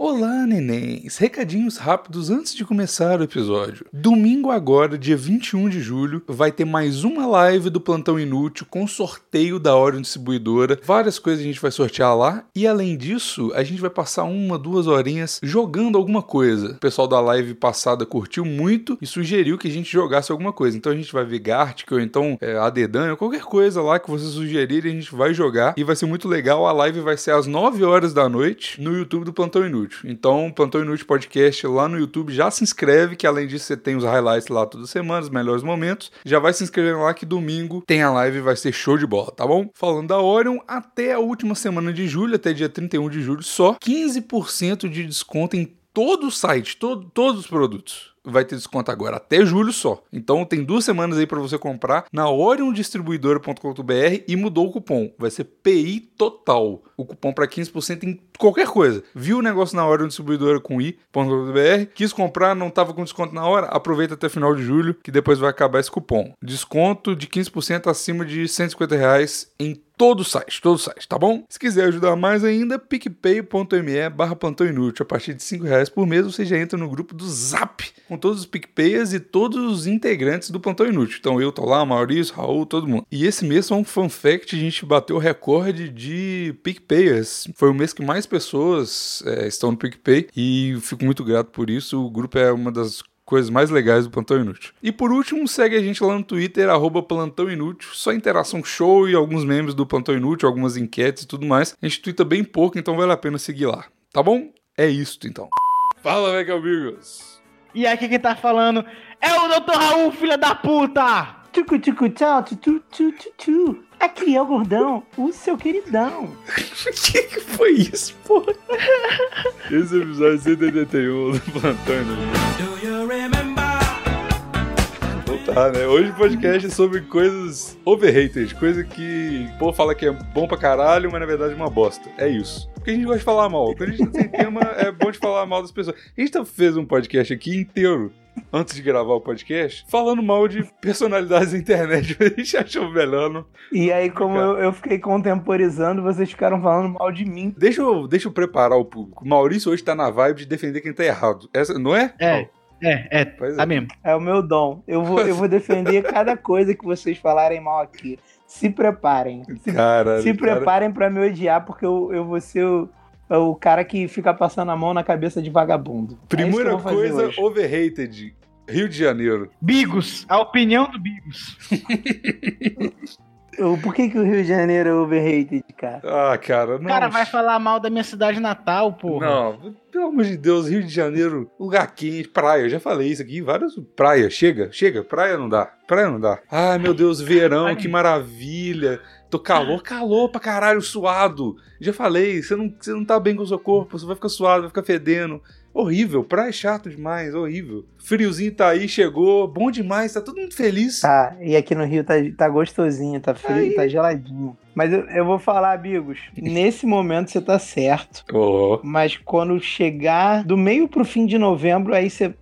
Olá, nenéns! Recadinhos rápidos antes de começar o episódio. Domingo agora, dia 21 de julho, vai ter mais uma live do Plantão Inútil com sorteio da Orion Distribuidora. Várias coisas a gente vai sortear lá. E além disso, a gente vai passar uma, duas horinhas jogando alguma coisa. O pessoal da live passada curtiu muito e sugeriu que a gente jogasse alguma coisa. Então a gente vai ver Gartic ou então é, Adedanha, qualquer coisa lá que vocês sugerirem, a gente vai jogar. E vai ser muito legal. A live vai ser às 9 horas da noite no YouTube do Plantão Inútil. Inútil. Então, Plantão Inútil Podcast lá no YouTube, já se inscreve, que além disso você tem os highlights lá toda semana, os melhores momentos. Já vai se inscrevendo lá que domingo tem a live, vai ser show de bola, tá bom? Falando da Orion, até a última semana de julho, até dia 31 de julho, só 15% de desconto em todo o site, todo, todos os produtos vai ter desconto agora, até julho só. Então tem duas semanas aí para você comprar na oriondistribuidora.com.br e mudou o cupom. Vai ser PI total. O cupom para 15% em qualquer coisa. Viu o negócio na Orion Distribuidora com i.com.br, quis comprar, não tava com desconto na hora, aproveita até final de julho que depois vai acabar esse cupom. Desconto de 15% acima de 150 reais em todo o site, todo o site, tá bom? Se quiser ajudar mais ainda, picpay.me barra plantão inútil. A partir de 5 reais por mês, você já entra no grupo do Zap, com todos os PicPayers e todos os integrantes do Plantão Inútil. Então eu tô lá, Maurício, Raul, todo mundo. E esse mês foi um fun fact, a gente bateu o recorde de PicPayers. Foi o mês que mais pessoas é, estão no PicPay e fico muito grato por isso. O grupo é uma das coisas mais legais do Plantão Inútil. E por último, segue a gente lá no Twitter, arroba Plantão Inútil, só interação show e alguns memes do Plantão Inútil, algumas enquetes e tudo mais. A gente twitta bem pouco, então vale a pena seguir lá, tá bom? É isto então. Fala, Mega Amigos! E aqui quem tá falando é o Dr. Raul, filha da puta! Tchucu, tchucu, tchau, tchu, tchu, tchu, tchu. Aqui é o gordão, o seu queridão. que que foi isso, porra? Esse é o episódio 181 do Plantão Inútil. Voltar, né? Hoje o podcast é sobre coisas overrated, coisa que o povo fala que é bom pra caralho, mas na verdade é uma bosta. É isso. Porque a gente gosta de falar mal. Quando a gente não tem tema, é bom de falar mal das pessoas. A gente tá- fez um podcast aqui inteiro, antes de gravar o podcast, falando mal de personalidades da internet. A gente achou melhor não E aí, como Cara. eu, eu fiquei contemporizando, vocês ficaram falando mal de mim. Deixa eu, deixa eu preparar o público. Maurício hoje tá na vibe de defender quem tá errado. Essa, não é? É, é, é, Pois é. tá mesmo. É o meu dom. Eu vou, eu vou defender cada coisa que vocês falarem mal aqui. Se preparem. Se, Cara, se é cara, preparem pra me odiar, porque eu, eu vou ser o, o cara que fica passando a mão na cabeça de vagabundo. É isso que eu Primeira vou fazer coisa, hoje. overrated. Rio de Janeiro. Bigos, a opinião do Bigos. Eu- Por que, que o Rio de Janeiro é overrated, cara? Ah, cara, O não. cara vai falar mal da minha cidade natal, porra. Não, pelo amor de Deus, Rio de Janeiro, lugar quente, praia. Eu já falei isso aqui, várias praias. Chega, chega, praia não dá. Praia não dá. Ai, meu Deus, verão, Ai. que maravilha. Tô calor, calor pra caralho, suado. Já falei, você não, você não tá bem com o seu corpo, você vai ficar suado, vai ficar fedendo. Horrível, praia é chato demais, horrível. Friozinho tá aí, chegou, bom demais, tá todo mundo feliz. Tá, e aqui no Rio tá, tá gostosinho, tá frio, Aí. tá geladinho. Mas eu, eu vou falar, amigos, nesse momento você tá certo, Oh, mas quando chegar do meio pro fim de novembro, aí você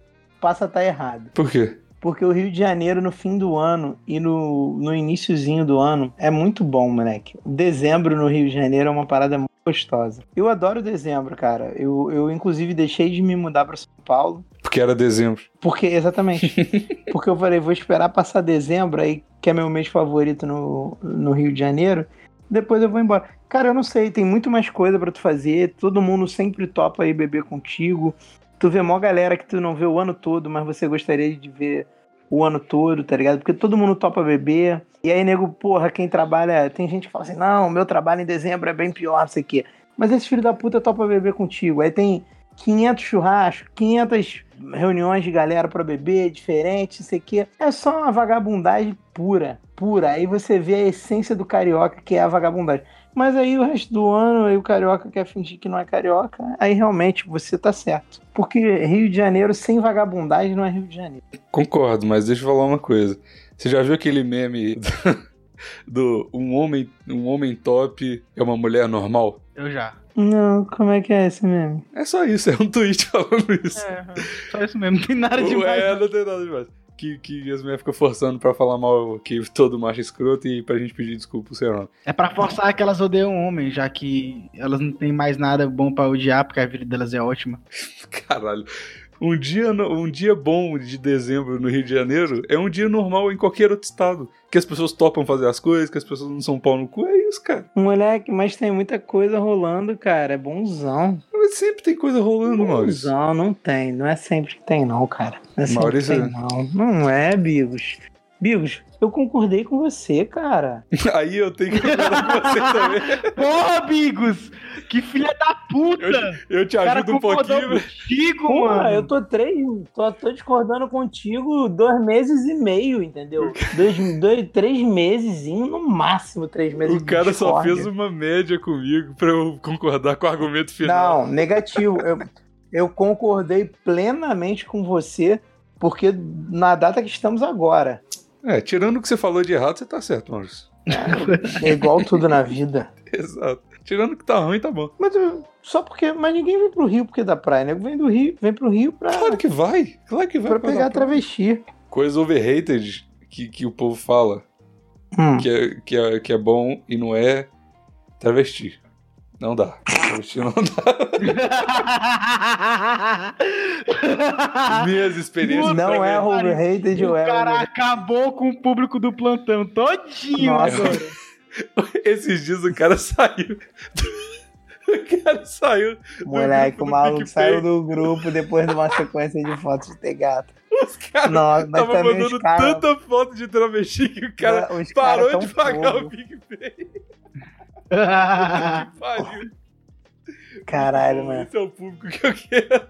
passa a tá errado. por quê? Porque o Rio de Janeiro no fim do ano e no, no iniciozinho do ano é muito bom, moleque. Dezembro no Rio de Janeiro é uma parada muito gostosa. Eu adoro dezembro, cara. Eu, eu inclusive, deixei de me mudar pra São Paulo. Porque era dezembro. Porque, exatamente. Porque eu falei, vou esperar passar dezembro aí, que é meu mês favorito no, no Rio de Janeiro. Depois eu vou embora. Cara, eu não sei, tem muito mais coisa pra tu fazer. Todo mundo sempre topa aí beber contigo. Tu vê mó galera que tu não vê o ano todo, mas você gostaria de ver o ano todo, tá ligado? Porque todo mundo topa beber. E aí, nego, porra, quem trabalha. Tem gente que fala assim, não, meu trabalho em dezembro é bem pior, não sei o quê. Mas esse filho da puta topa beber contigo. Aí tem 500 churrascos, 500 reuniões de galera pra beber, diferente, não sei o quê. É só uma vagabundagem pura, pura. Aí você vê a essência do carioca, que é a vagabundagem. Mas aí o resto do ano, aí o carioca quer fingir que não é carioca, aí realmente você tá certo. Porque Rio de Janeiro sem vagabundagem não é Rio de Janeiro. Concordo, mas deixa eu falar uma coisa. Você já viu aquele meme do, do um homem, um homem top é uma mulher normal? Eu já. Não, como é que é esse mesmo? É só isso, é um tweet falando isso. É, só isso mesmo, não tem nada Ué, demais. não tem nada demais. que, que as mulheres ficam forçando pra falar mal que todo macho é escroto e pra gente pedir desculpa pro seu nome. É pra forçar que elas odeiam o homem, já que elas não têm mais nada bom pra odiar, porque a vida delas é ótima. Caralho. Um dia, no- um dia bom de dezembro no Rio de Janeiro é um dia normal em qualquer outro estado. Que as pessoas topam fazer as coisas, que as pessoas não são pau no cu. É isso, cara. Moleque, mas tem muita coisa rolando, cara. É bonzão. Mas sempre tem coisa rolando, Maurício. Bonzão, não tem. Não é sempre que tem, não, cara. Não é sempre Maurício- que tem, não. Não é, Bigos. Bigos, eu concordei com você, cara. Aí eu tenho que concordar com você também. Porra, Bigos! Que filha da puta! Eu te O cara ajudo um concordou pouquinho. contigo, Porra, mano. eu tô três. Tô, tô discordando contigo dois meses e meio, entendeu? Dois, dois, três meses, no máximo três meses. O de cara só discórdia. fez uma média comigo pra eu concordar com o argumento final. Não, negativo. Eu, eu concordei plenamente com você, porque na data que estamos agora. É, tirando o que você falou de errado, você tá certo, Maurício. É igual tudo na vida. Exato. Tirando o que tá ruim, tá bom. Mas eu- só porque. Mas ninguém vem pro Rio porque é da praia, né? Vem do Rio, vem pro Rio pra, Claro que vai. Claro que vai. pra dar pegar pra- travesti. Coisa overrated que, que o povo fala Hum. que é, que, é, que é bom e não é travesti. Não dá. Travesti não dá. Minhas experiências. Não é overrated. overrated, o eu é. cara overrated. acabou com o público do plantão todinho. Nossa, Esses dias o cara saiu. o cara saiu moleque, grupo o do maluco PicPay. saiu do grupo depois de uma sequência de fotos de ter gato. Os caras Nossa, mas tava também os mandando caras. tanta foto de travesti que o cara os caras parou tão de pagar fogo. o PicPay. Nossa. Que pariu. Caralho, mano. Esse é o público que eu quero.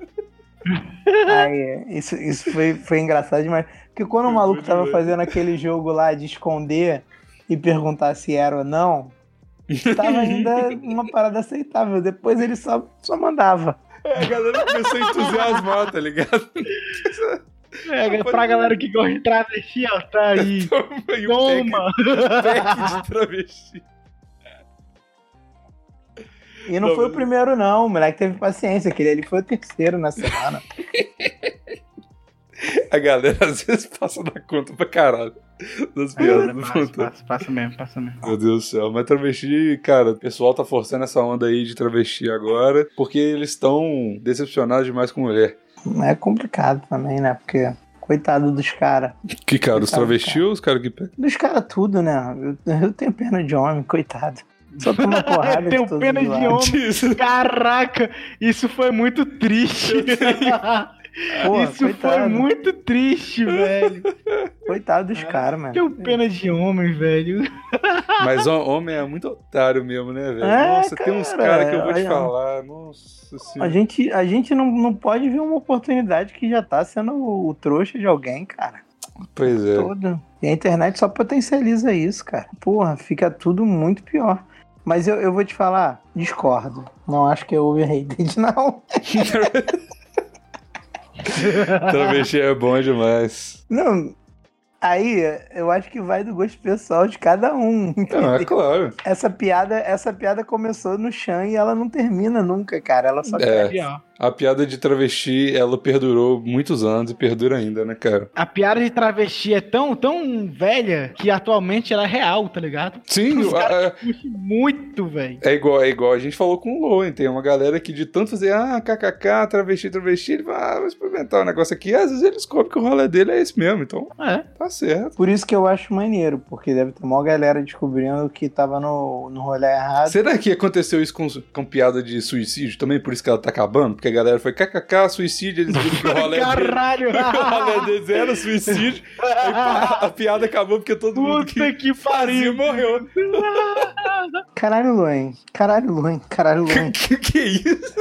Ai, é. isso, isso foi, foi engraçado demais. Porque quando o Foi maluco muito tava doido. fazendo aquele jogo lá de esconder e perguntar se era ou não, tava ainda uma parada aceitável. Depois ele só, só mandava. A galera começou a entusiasmar, tá ligado? É, pra galera que gosta de travesti, ó, tá aí. E o pack, Toma! pack de travesti. E não, Não, foi o mas- primeiro, não. O moleque teve paciência. Aquele ali foi o terceiro na semana. A galera às vezes passa da conta pra caralho. Das É piadas do Passa, fantasma. passa, passa mesmo, passa mesmo. Meu Deus do céu, mas travesti, cara, o pessoal tá forçando essa onda aí de travesti agora, porque eles estão decepcionados demais com mulher. É complicado também, né? Porque, coitado dos caras. Que cara, os Coitado, travestis ou os caras que pegam? Dos caras tudo, né? Eu, eu tenho pena de homem, coitado. Só toma porrada de Tenho todos pena os de lados. homem. Caraca, isso foi muito triste. Pô, isso foi coitado. muito triste, velho. Coitado dos caras, mano. Tenho pena de homem, velho. Mas ho- homem é muito otário mesmo, né, velho? É, nossa, tem uns cara, caras que eu vou te olha. falar, nossa A senhora. gente, a gente não, não pode ver uma oportunidade que já tá sendo o, o trouxa de alguém, cara. Pois é. Todo. E a internet só potencializa isso, cara. Porra, fica tudo muito pior. Mas eu, eu vou te falar, discordo. Não acho que é overrated, não. Travesti é bom demais. Não. Aí, eu acho que vai do gosto pessoal de cada um. Não, é claro. Essa piada, essa piada começou no Chan e ela não termina nunca, cara. Ela só É, a piada de travesti, ela perdurou muitos anos e perdura ainda, né, cara? A piada de travesti é tão, tão velha que atualmente ela é real, tá ligado? Sim, Os a- caras- a- Puxa muito, velho. É igual, é igual a gente falou com o Loen, tem uma galera que de tanto fazer, ah, kkk, travesti, travesti, ele fala, ah, vou experimentar um negócio aqui, às vezes ele descobre que o rolê dele é esse mesmo, então É. tá certo. Por isso que eu acho maneiro, porque deve ter maior galera descobrindo que tava no, no rolê errado. Será que aconteceu isso com, com piada de suicídio também, por isso que ela tá acabando? Porque a galera foi kkk, suicídio, eles viram que o rolê é dele, Caralho! que o rolê deles era suicídio, aí pá, a piada acabou porque todo mundo que Puta que fazia pariu! morreu. Caralho, Luen. Caralho, Luen. Caralho, Luen. Que que é isso?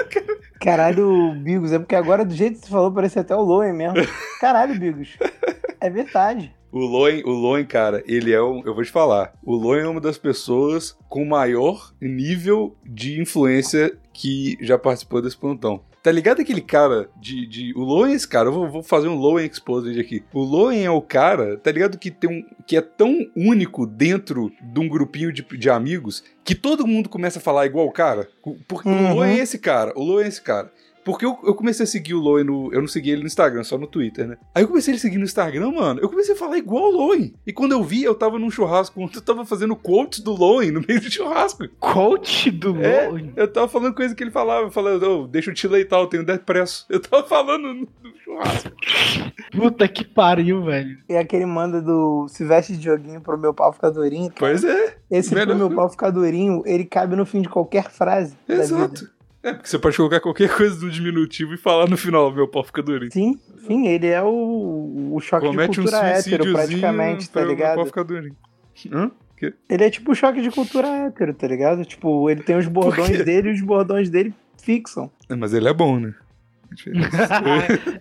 Caralho, Bigos. É porque agora, do jeito que você falou, parece até o Luen mesmo. Caralho, Bigos. É verdade. O Loen, o Loen, cara, ele é um. Eu vou te falar. O Loen é uma das pessoas com maior nível de influência que já participou desse plantão. Tá ligado aquele cara de. de o Loen é esse cara. Eu vou, vou fazer um Loen Exposed aqui. O Loen é o cara, tá ligado? Que, tem um, que é tão único dentro de um grupinho de, de amigos que todo mundo começa a falar igual o cara. O- Porque o Uhum. Loen é esse cara. O Loen é esse cara. Porque eu, eu comecei a seguir o Loen no. Eu não segui ele no Instagram, só no Twitter, né? Aí eu comecei a seguir no Instagram, mano. Eu comecei a falar igual o Loen. E quando eu vi, eu tava num churrasco, eu tava fazendo quote do Loen no meio do churrasco. Coach do um É, Loen? eu tava falando coisa que ele falava, eu falava, "Ô, deixa eu te leitar, eu tenho depresso. Eu tava falando no, no churrasco. Puta que pariu, velho. E É aquele manda do se veste de joguinho pro meu pau ficar durinho. Pois é, Esse Melhor pro meu filme. pau ficar durinho, ele cabe no fim de qualquer frase. da vida. exato. É, porque você pode colocar qualquer coisa no diminutivo e falar no final, meu pau fica durinho. Sim, sim, ele é o, o choque Comete de um cultura hétero, suicídiozinho praticamente, tá pra- Meu pau ligado? fica durinho. Hã? Ele é tipo o choque de cultura hétero, tá ligado? Tipo, ele tem os bordões quê? dele e os bordões dele fixam. É, Mas ele é bom, né?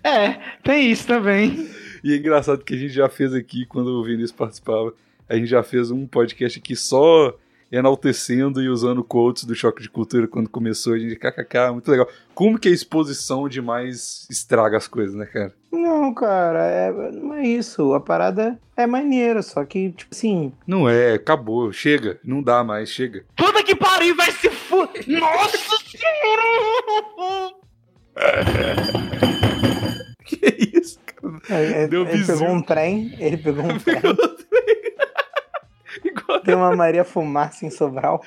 é, tem isso também. E é engraçado que a gente já fez aqui, quando o Vinícius participava, a gente já fez um podcast aqui só enaltecendo e usando quotes do Choque de Cultura quando começou, a gente, kkk, muito legal. Como que a exposição demais estraga as coisas, né, cara? Não, cara, é- não é isso. A parada é maneira, só que, tipo assim, Não é, acabou, chega, não dá mais, chega. Puta que pariu, vai se fu... Nossa senhora! Que isso, cara? é- é- Deu ele pegou vizinho. um trem, ele pegou um trem. Ficou Igual Tem uma Maria Fumaça em Sobral.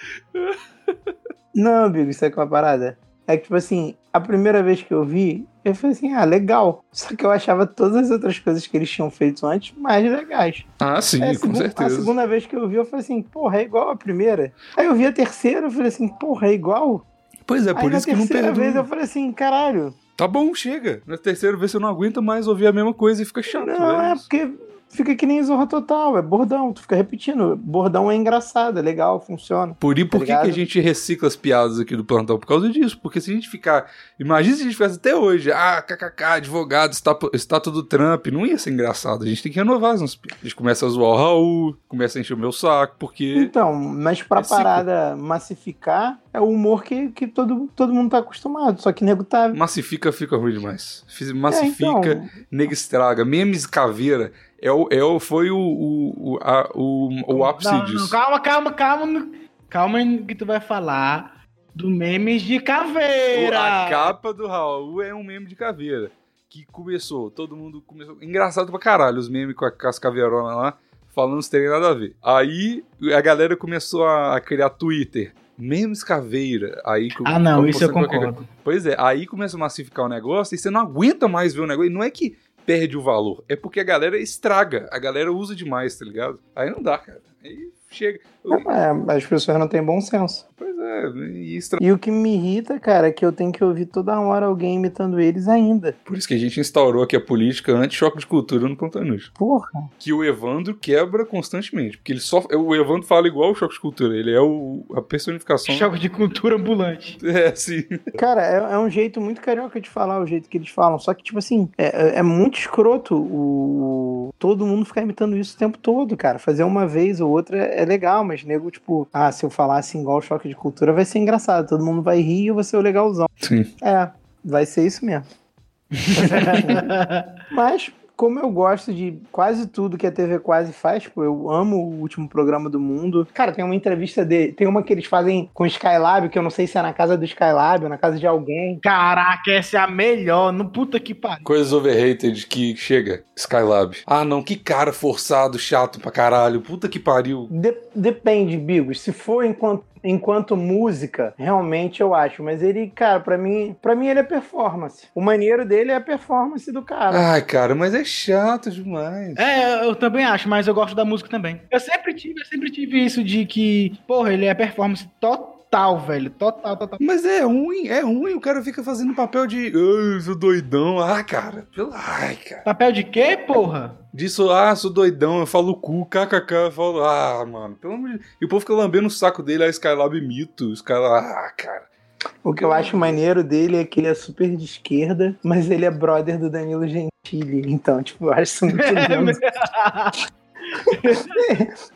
Não, amigo, isso é com a parada. É que, tipo assim, a primeira vez que eu vi, eu falei assim, ah, legal. Só que eu achava todas as outras coisas que eles tinham feito antes mais legais. Ah, sim, Aí É a, com segun- a certeza. segunda vez que eu vi, eu falei assim, porra, é igual a primeira. Aí eu vi a terceira, eu falei assim, porra, é igual. Pois é, por Aí isso na que não terceira perdoa. vez eu falei assim, caralho. Tá bom, chega. Na terceira vez você não aguenta mais ouvir a mesma coisa e fica chato, Não, né? é porque fica que nem Zorra Total, é bordão, tu fica repetindo. Bordão é engraçado, é legal, funciona. Por, e por que, ligado? que a gente recicla as piadas aqui do plantão? Por causa disso. Porque se a gente ficar. Imagina se a gente ficasse até hoje. Ah, kkk, advogado, estátua, estátua do Trump. Não ia ser engraçado. A gente tem que renovar as nossas piadas. A gente começa a zoar o Raul, começa a encher o meu saco, porque. Então, mas pra É ciclo. parada massificar, é o humor que, que todo, todo mundo tá acostumado. Só que nego tá. Massifica fica ruim demais. Fiz- É, Massifica, então, nega estraga. Memes caveira é o, é o, foi o, o, o, a- o, o ápice Não, não, disso. calma, calma, calma. Calma que tu vai falar do memes de O- caveira. A capa do Raul é um meme de caveira. Que começou, todo mundo começou. Engraçado pra caralho, os memes com, a, com as caveironas lá, falando os tem nada a ver. Aí a galera começou a, a criar Twitter. Memes caveira. Aí, co- Ah, não, co- isso eu postando qualquer concordo. coisa. Pois é, aí começa a massificar o negócio e você não aguenta mais ver o negócio. E não é que perde o valor, é porque a galera estraga, a galera usa demais, tá ligado? Aí não dá, cara. Aí chega. é, as pessoas não têm bom senso. Pois é, e estraga. E o que me irrita, cara, é que eu tenho que ouvir toda hora alguém imitando eles ainda. Por isso que a gente instaurou aqui a política anti-choque de cultura no Pantanus. Porra. que o Evandro quebra constantemente. Porque ele só. O Evandro fala igual o Choque de Cultura. Ele é o, a personificação. Choque de cultura ambulante. É, assim. Cara, é, é um jeito muito carioca de falar o jeito que eles falam. Só que, tipo assim, é, é- é muito escroto o. Todo mundo ficar imitando isso o tempo todo, cara. Fazer uma vez ou outra é é legal, mas nego, tipo, ah, se eu falar assim igual o choque de cultura, vai ser engraçado. Todo mundo vai rir e eu vou ser o legalzão. Sim. É, vai ser isso mesmo. Mas, como eu gosto de quase tudo que a TV quase faz, tipo, eu amo o último programa do mundo. Cara, tem uma entrevista dele, tem uma que eles fazem com o Skylab, que eu não sei se é na casa do Skylab ou na casa de alguém. Caraca, essa é a melhor. No puta que pariu. Coisas overrated que chega. Skylab. Ah, não, que cara forçado, chato pra caralho. Puta que pariu. De- depende, Bigos. Se for enquanto, enquanto música, realmente eu acho. Mas ele, cara, pra mim, para mim ele é performance. O maneiro dele é a performance do cara. Ai, cara, mas é chato demais. É, eu também acho, mas eu gosto da música também. Eu sempre tive, eu sempre tive isso de que, porra, ele é performance total, velho. Total, total. Mas é ruim, é ruim. O cara fica fazendo papel de. Ai, sou doidão. Ah, cara. pelo- Ai, cara. Papel de quê, porra? Disso, ah, sou doidão, eu falo cu, kkk, eu falo, ah, mano, pelo amor de E o povo fica lambendo o saco dele, a Skylab mito, Skylab, ah, cara. O que eu acho maneiro dele é que ele é super de esquerda, mas ele é brother do Danilo Gentili. Então, tipo, eu acho isso muito É lindo.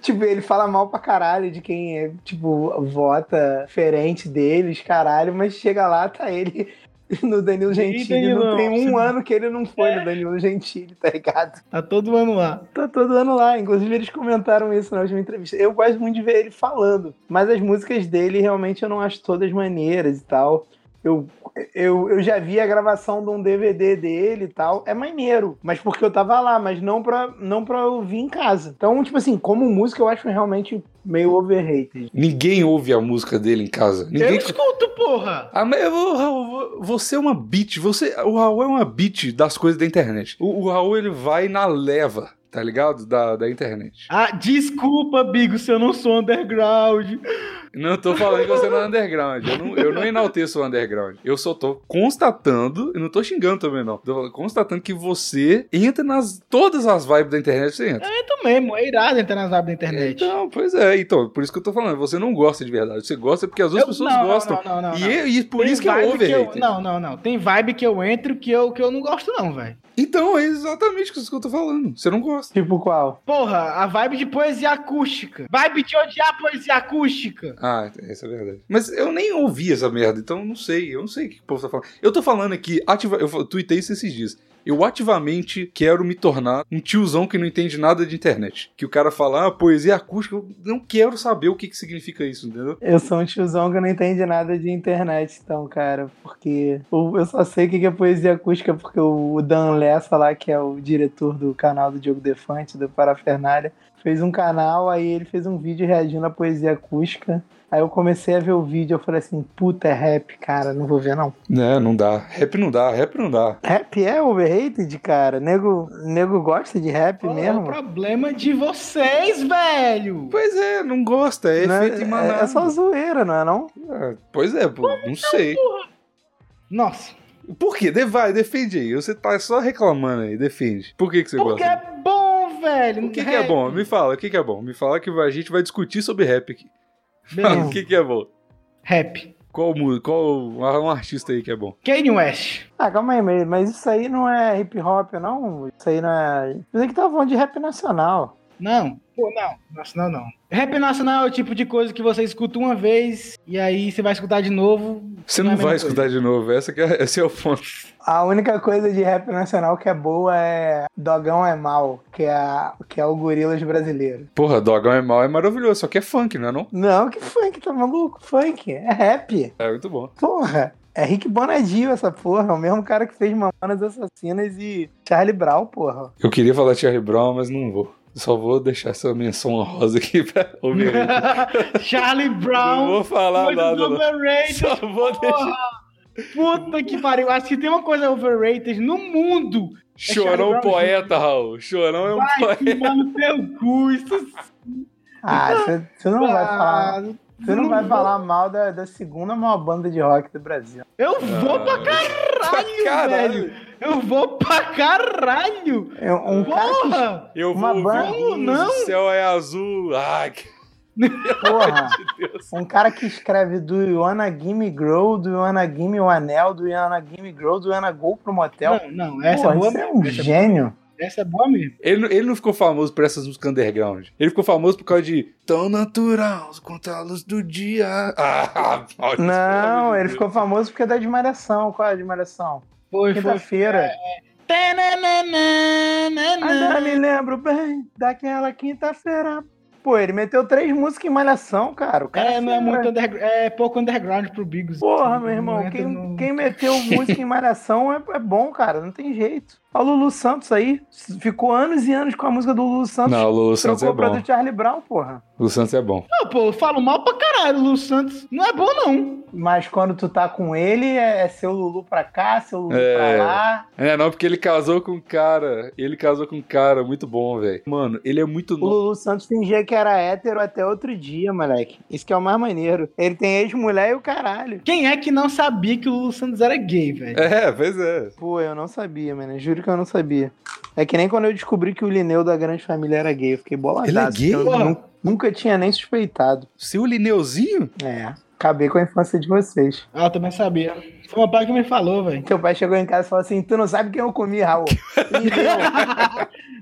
Tipo, ele fala mal pra caralho de quem é, tipo, vota diferente deles, caralho, mas chega lá, tá ele no Danilo Gentili. Danilão? não tem um Você- ano que ele não foi no Danilo Gentili, tá ligado? tá todo ano lá. Tá todo ano lá. Inclusive, eles comentaram isso na última entrevista. Eu gosto muito de ver ele falando, mas as músicas dele realmente eu não acho todas maneiras e tal. Eu, eu, eu já vi a gravação de um DVD dele e tal. É maneiro. Mas porque eu tava lá, mas não pra, não pra ouvir em casa. Então, tipo assim, como música, eu acho realmente meio overrated. Ninguém ouve a música dele em casa. Eu Ninguém. escuto, porra! Ah, mas, ô, Raul, vo- você é uma beat. Você, o Raul é uma beat das coisas da internet. O, o Raul, ele vai na leva, tá ligado? Da, da internet. Ah, desculpa, Bigo, se eu não sou underground. Não tô falando que você não é underground. Eu não, eu não enalteço o underground. Eu só tô constatando, e não tô xingando também, não. Tô constatando que você entra nas todas as vibes da internet, você entra. Eu também, mesmo, é irado entrar nas abas da internet. Então, pois é, então, por isso que eu tô falando, você não gosta de verdade, você gosta porque as outras Eu- pessoas não, não, gostam. não, não, não, e, não. eu- e por Tem isso que é vibe overrated. Não, não, não. Tem vibe que eu entro que eu, que eu não gosto, não, velho. Então, é exatamente isso que eu tô falando. Você não gosta. Tipo qual? Porra, a vibe de poesia acústica. Vibe de odiar poesia acústica. Ah, essa é verdade. Mas eu nem ouvi essa merda, então não sei, eu não sei o que o povo tá falando. Eu tô falando aqui, ativa, eu tuitei isso esses dias. Eu ativamente quero me tornar um tiozão que não entende nada de internet. Que o cara fala, ah, poesia acústica, eu não quero saber o que, que significa isso, entendeu? Eu sou um tiozão que não entende nada de internet, então, cara, porque eu eu só sei o que que é poesia acústica, porque o Dan Lessa lá, que é o diretor do canal do Diogo Defante, do Parafernália, fez um canal, aí ele fez um vídeo reagindo à poesia acústica. Aí eu comecei a ver o vídeo, eu falei assim, puta, é rap, cara, não vou ver não. Não, Né, não dá. Rap não dá, rap não dá. Rap é overrated, cara? Nego, nego gosta de rap Qual é o mesmo? problema de vocês, velho? Pois é, não gosta, é Não, efeito emanado. é, é só zoeira, não é não? Ah, Pois é, pô, não sei. Nossa, Por quê? De- Vai, defende aí. Você tá só reclamando aí, defende. Por que, que você porque gosta? é bom, velho. O que, que é bom? Me fala, o que, que é bom? Me fala que a gente vai discutir sobre rap aqui. Beleza. o que, que é bom? Rap. Qual mu- qual um artista aí que é bom? Kanye West. Ah, calma aí, mas- mas isso aí não é hip hop, não? Isso aí não é. Isso aí que tava falando de rap nacional. Não. Pô, não. Nacional não. Rap nacional é o tipo de coisa que você escuta uma vez e aí você vai escutar de novo. Você Não não é a mesma vai escutar de novo, essa que é, esse é o ponto. A única coisa de rap nacional que é boa é Dogão é Mal, que é, a- que é o Gorilas brasileiro. Porra, Dogão é mal, é maravilhoso, só que é funk, não é não? Não, que funk, tá maluco? Funk, é rap. É muito bom. Porra, é Rick Bonadio essa porra, é o mesmo cara que fez Mamonas Assassinas e Charlie Brown, porra. Eu queria falar Charlie Brown, mas não vou. Só vou deixar essa menção honrosa aqui pra ouvir. Charlie não Brown. vou falar Coisas nada, não. overrated. Só vou deixar. Puta que pariu. Acho que tem uma coisa overrated no mundo. Chorão Charlie Brown, poeta, Raul. Chorão é um Vai poeta. tomar no teu cu. Isso Ah, você você não vai falar. Você não vai Ah, vou- falar mal da, da segunda maior banda de rock do Brasil. Eu vou pra caralho, Pra caralho. velho. Eu vou pra caralho. É um cara que Porra. Eu Uma vou banda- ouvir, Não. O céu é azul. Ah, que... Porra, um cara que escreve do You Wanna Gimme Grow, do You Wanna Gimme o Anel, do You Wanna Gimme Grow, do You Wanna Go pro Motel. Não, não. Essa Porra, é boa isso é mesmo. um essa, é boa. gênio. Essa é boa mesmo. Ele, não- ele não ficou famoso por essas músicas underground. Ele ficou famoso por causa de Tão natural, quanto a luz do dia. Ah, maldito, pelo amor Não, de ele Deus. ficou famoso porque é da de Malhação. Qual é a de Malhação? Foi, foi. Quinta-feira. assim, "Ah, Ainda Tananana. me lembro bem daquela quinta-feira. Pô, ele meteu três músicas em Malhação, cara. O cara É, não é fera. muito underground. É pouco underground pro Bigos. Porra, Não meu irmão, entra quem, no- quem meteu música em Malhação é, é bom, cara, não tem jeito. Olha o Lulu Santos aí, ficou anos e anos com a música do Lulu Santos. Não, o Lulu Santos Trocou é pra bom. do Charlie Brown, porra. Lulu Santos é bom. Não, pô, eu falo mal pra caralho, Lu Santos. Não é bom, não. Mas quando tu tá com ele, é é seu Lulu pra cá, seu Lulu É. pra lá. É, não, porque ele casou com um cara. Ele casou com um cara muito bom, velho. Mano, ele é muito O novo. Lulu Santos fingia que era hétero até outro dia, moleque. Isso que é o mais maneiro. Ele tem ex-mulher e o caralho. Quem é que não sabia que o Lu Santos era gay, velho? É, pois é. Pô, eu não sabia, mano. Juro que eu não sabia. É que nem quando eu descobri que o Lineu da Grande Família era gay. Eu fiquei boladaço. Ele é gay? porque Eu Porra. nu- nunca tinha nem suspeitado. Seu Lineuzinho? É. Acabei com a infância de vocês. Ah, eu também sabia. Foi meu pai que me falou, velho. Teu pai chegou em casa e falou assim: Tu não sabe quem eu comi, Raul. Lineu.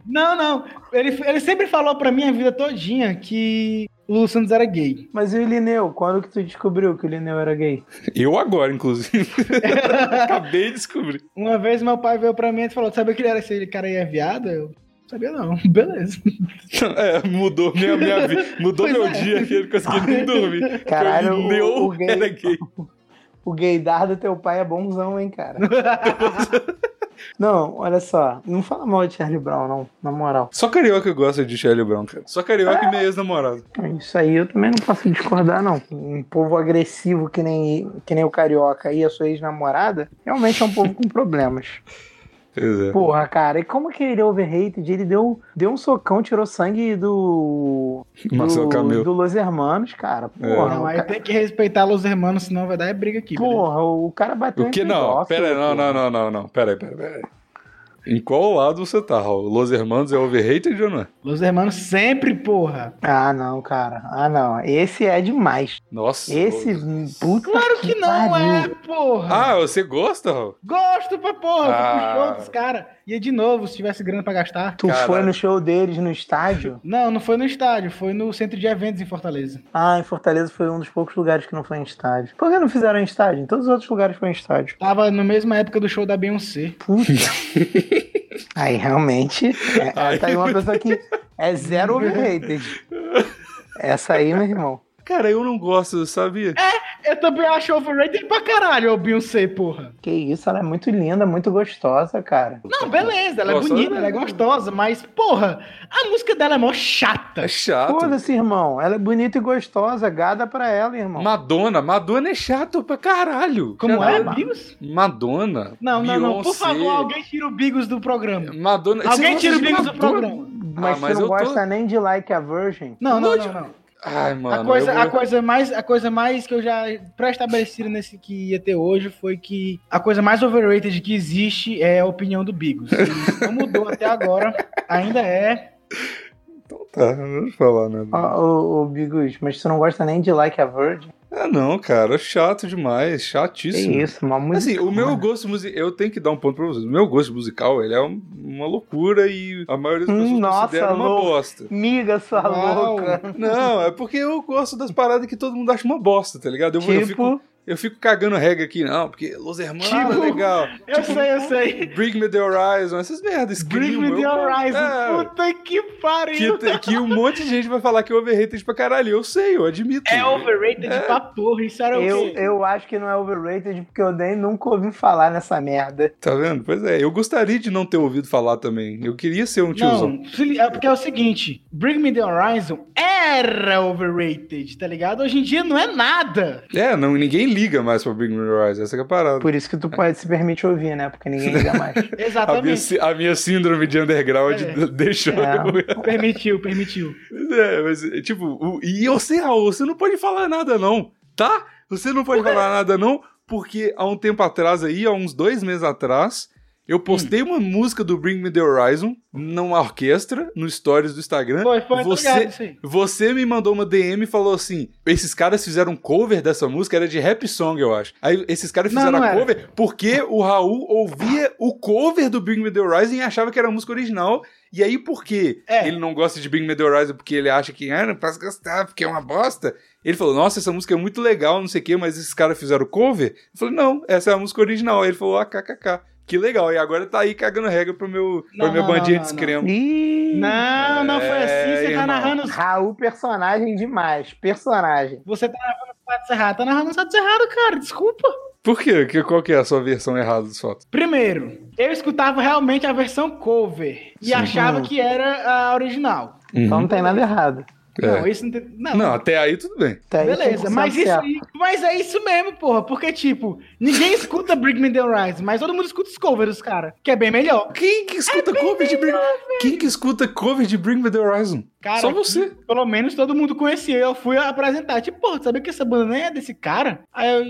Não, não. Ele, ele sempre falou pra minha vida todinha que o Lu Santos era gay. Mas e o Lineu? Quando que tu descobriu que o Lineu era gay? Eu agora, inclusive. Acabei de descobrir. Uma vez meu pai veio pra mim e falou: Sabia que ele era esse cara aí é viado? Eu sabia não. Beleza. É, mudou minha, minha vida. Mudou Pois meu é. dia que eu não consegui nem dormir. Caralho, Meu o, o gay, era gay. o gaydar do teu pai é bonzão, hein, cara? Não, olha só, não fala mal de Charlie Brown, não, na moral. Só carioca gosta de Charlie Brown, cara. Só carioca e minha ex-namorada. Isso aí eu também não posso discordar, não. Um povo agressivo que nem, que nem o carioca e a sua ex-namorada, realmente é um povo com problemas. Pois é. Porra, cara, e como que ele é overrated? Ele deu, deu um socão, tirou sangue do. Marcelo do, Camelo. do Los Hermanos, cara. É. Porra, Não, é o, aí ca- tem que respeitar os hermanos, senão vai dar é briga aqui. beleza? porra, o cara bateu O que em não? pedófilo, Pera né, aí, não, porra. não, não, não, não. Pera aí, pera aí, pera aí. Em qual lado você tá, Raul? Los Hermanos é overrated ou não é? Los hermanos sempre, porra. Ah, não, cara. Ah, não. Esse é demais. Nossa. Esse Los- puta Claro que não pariu. é, porra. Ah, você gosta, Raul? Gosto pra porra, Ah. tu puxou dos caras. E de novo, se tivesse grana pra gastar. Tu Caralho. foi no show deles no estádio? Não, não foi no estádio, foi no centro de eventos em Fortaleza. Ah, em Fortaleza foi um dos poucos lugares que não foi em estádio. Por que não fizeram em estádio? Em todos os outros lugares foi em estádio. Tava na mesma época do show da Beyoncé. Puta. aí realmente. É, Aí- Tá aí uma pessoa que é zero overrated. Essa aí, meu irmão. Cara, eu não gosto, sabia? É, Eu também acho overrated pra caralho, o Beyoncé, porra. Que isso, ela é muito linda, muito gostosa, cara. Não, beleza, ela é Gostosa, bonita, né? ela é gostosa, mas, porra, a música dela é mó chata. É chato. Foda-se, irmão. Ela é bonita e gostosa. Gada pra ela, irmão. Madonna, Madonna é chato pra caralho. Como é, Caramba. Bigos? Madonna. Não, né? não, não. Por Beyoncé, favor, alguém tira o Bigos do programa. Madonna. Você Alguém gosta tira o de Bigos do Madonna? programa. Mas, Ah, você mas não eu tô- gosta nem de Like a Virgin. Não, não, não, não. Ai, mano. a, coisa, eu vou- a, coisa mais, a coisa mais que eu já pré-estabeleci nesse que ia ter hoje foi que a coisa mais overrated que existe é a opinião do Bigos. Isso não mudou até agora, ainda é. Tá, não vou falar nada. Ah, Uhum. Ó, Ô, ô, Bigus, mas você não gosta nem de Like a Virgin? Ah, não, cara. Chato demais. Que Chatíssimo. isso, uma música. Assim, o meu gosto musical, eu tenho que dar um ponto pra vocês. O meu gosto musical, ele é um- uma loucura e a maioria das Hum, pessoas nossa, considera uma louco. bosta. Miga, sua Uau. louca. Não, é porque eu gosto das paradas que todo mundo acha uma bosta, tá ligado? Eu, vou- eu fico, Tipo, eu fico cagando regra aqui, não, porque Los Hermanos é Tipo- legal. Eu sei, eu sei. Bring Me The Horizon, essas merdas. Bring Scream, me the eu- horizon. É, Puta que que, pariu. te- que um monte de gente vai falar que é overrated pra caralho. Eu sei, eu admito. É overrated pra porra. Isso era eu, o quê? eu acho que não é overrated porque eu nem nunca ouvi falar nessa merda. Tá vendo? Pois é, eu gostaria de não ter ouvido falar também. Eu queria ser um tiozão. Não, se li- é porque é o seguinte, Bring Me The Horizon era overrated, tá ligado? Hoje em dia não é nada. É, não, ninguém liga mais pra Bring Me The Horizon, essa que é a parada. Por isso que tu pode se permite ouvir, né? Porque ninguém liga mais. A minha, Exatamente. sí- a minha síndrome de underground É. d- deixou. É. Permitiu, permitiu. É, mas, é, tipo, o- e eu sei, Raul, você não pode falar nada, não, tá? Você não pode falar nada, não, porque há um tempo atrás aí, há uns dois meses atrás, eu postei Hum. uma música do Bring Me The Horizon numa orquestra, no Stories do Instagram. Foi, foi, você, tá ligado isso aí. Você me mandou uma DM e falou assim: esses caras fizeram um cover dessa música, era de rap song, eu acho. Aí esses caras Não, fizeram não a era. cover porque o Raul ouvia o cover do Bring Me The Horizon e achava que era a música original. E aí, por quê? É. Ele não gosta de Bring Me The Horizon porque ele acha que, ah, não posso gostar, porque é uma bosta. Ele falou, nossa, essa música é muito legal, não sei o quê, mas esses caras fizeram cover? Eu falei, não, essa é a música original. Aí ele falou, ah, kkk. Que legal, e agora tá aí cagando regra pro meu, Não, pra minha não, bandinha não, de não, escrema. Ih, Não, não foi assim, você irmão. tá narrando... Raul, personagem demais. Personagem. Você tá narrando o fato errado, tá narrando o fato errado, cara, desculpa. Por quê? Que- Qual que é a sua versão errada dos fatos? Primeiro, eu escutava realmente a versão cover e Sim. achava Hum. que era a original. Então não tem nada errado. É. Não, isso não tem... Não, Não, até aí tudo bem. Tá aí Beleza, 100% mas isso, certo. aí- mas é isso mesmo, porra. Porque, tipo, ninguém escuta Bring Me The Horizon, mas todo mundo escuta os covers dos caras, que é bem melhor. Quem que escuta É cover de Bring... Quem que escuta cover de Bring Me The Horizon? Cara, Só você. que, pelo menos todo mundo conhecia. Eu fui apresentar. Tipo, porra, tu sabia que essa banda nem é desse cara? Aí eu.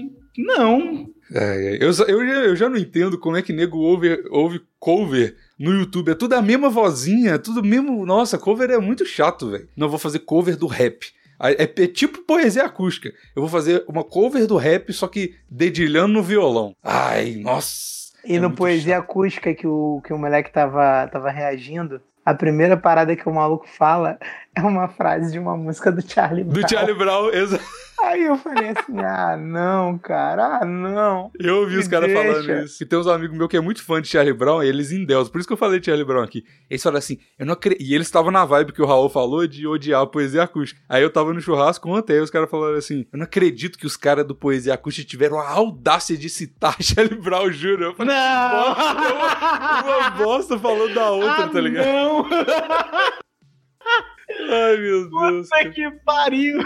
Não. É, é, eu, só- eu, já, eu já não entendo como é que nego ouve, ouve cover no YouTube. É tudo a mesma vozinha, é tudo mesmo. Nossa, cover é muito chato, velho. Não eu vou fazer cover do rap. Aí É, é tipo poesia acústica. Eu vou fazer uma cover do rap, só que dedilhando no violão. Ai, nossa. é E no muito Poesia Acústica que o, que o moleque tava, tava reagindo, A primeira parada que o maluco fala é uma frase de uma música do Charlie Brown. Tá, Do Charlie Brown, exato. Aí eu falei assim: ah, não, cara, ah, não. Eu ouvi Me os caras deixa. falando isso. E tem uns amigos meus que é muito fã de Charlie Brown, e eles endeusam. Por isso que eu falei de Charlie Brown aqui. Eles falaram assim, eu não acredito. E eles estavam na vibe que o Raul falou de odiar a poesia acústica. Aí eu tava no churrasco ontem, aí os caras falaram assim, eu não acredito que os caras do poesia acústica tiveram a audácia de citar Charlie Brown, juro. Eu falei, Não! "Bosta, uma, uma bosta falando da outra, Ah, tá ligado? Não! Ai, meu Deus. Puta cara. que pariu!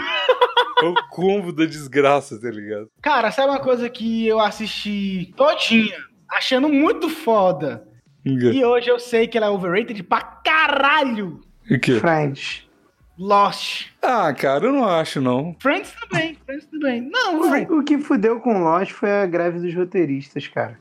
É o combo da desgraça, tá ligado? Cara, sabe uma coisa que eu assisti todinha, achando muito foda. E hoje eu sei que ela é overrated pra caralho! O quê? Friends. Lost. Ah, cara, eu não acho, não. Friends também, Friends também. Não, velho. O, o que fudeu com Lost foi a greve dos roteiristas, cara.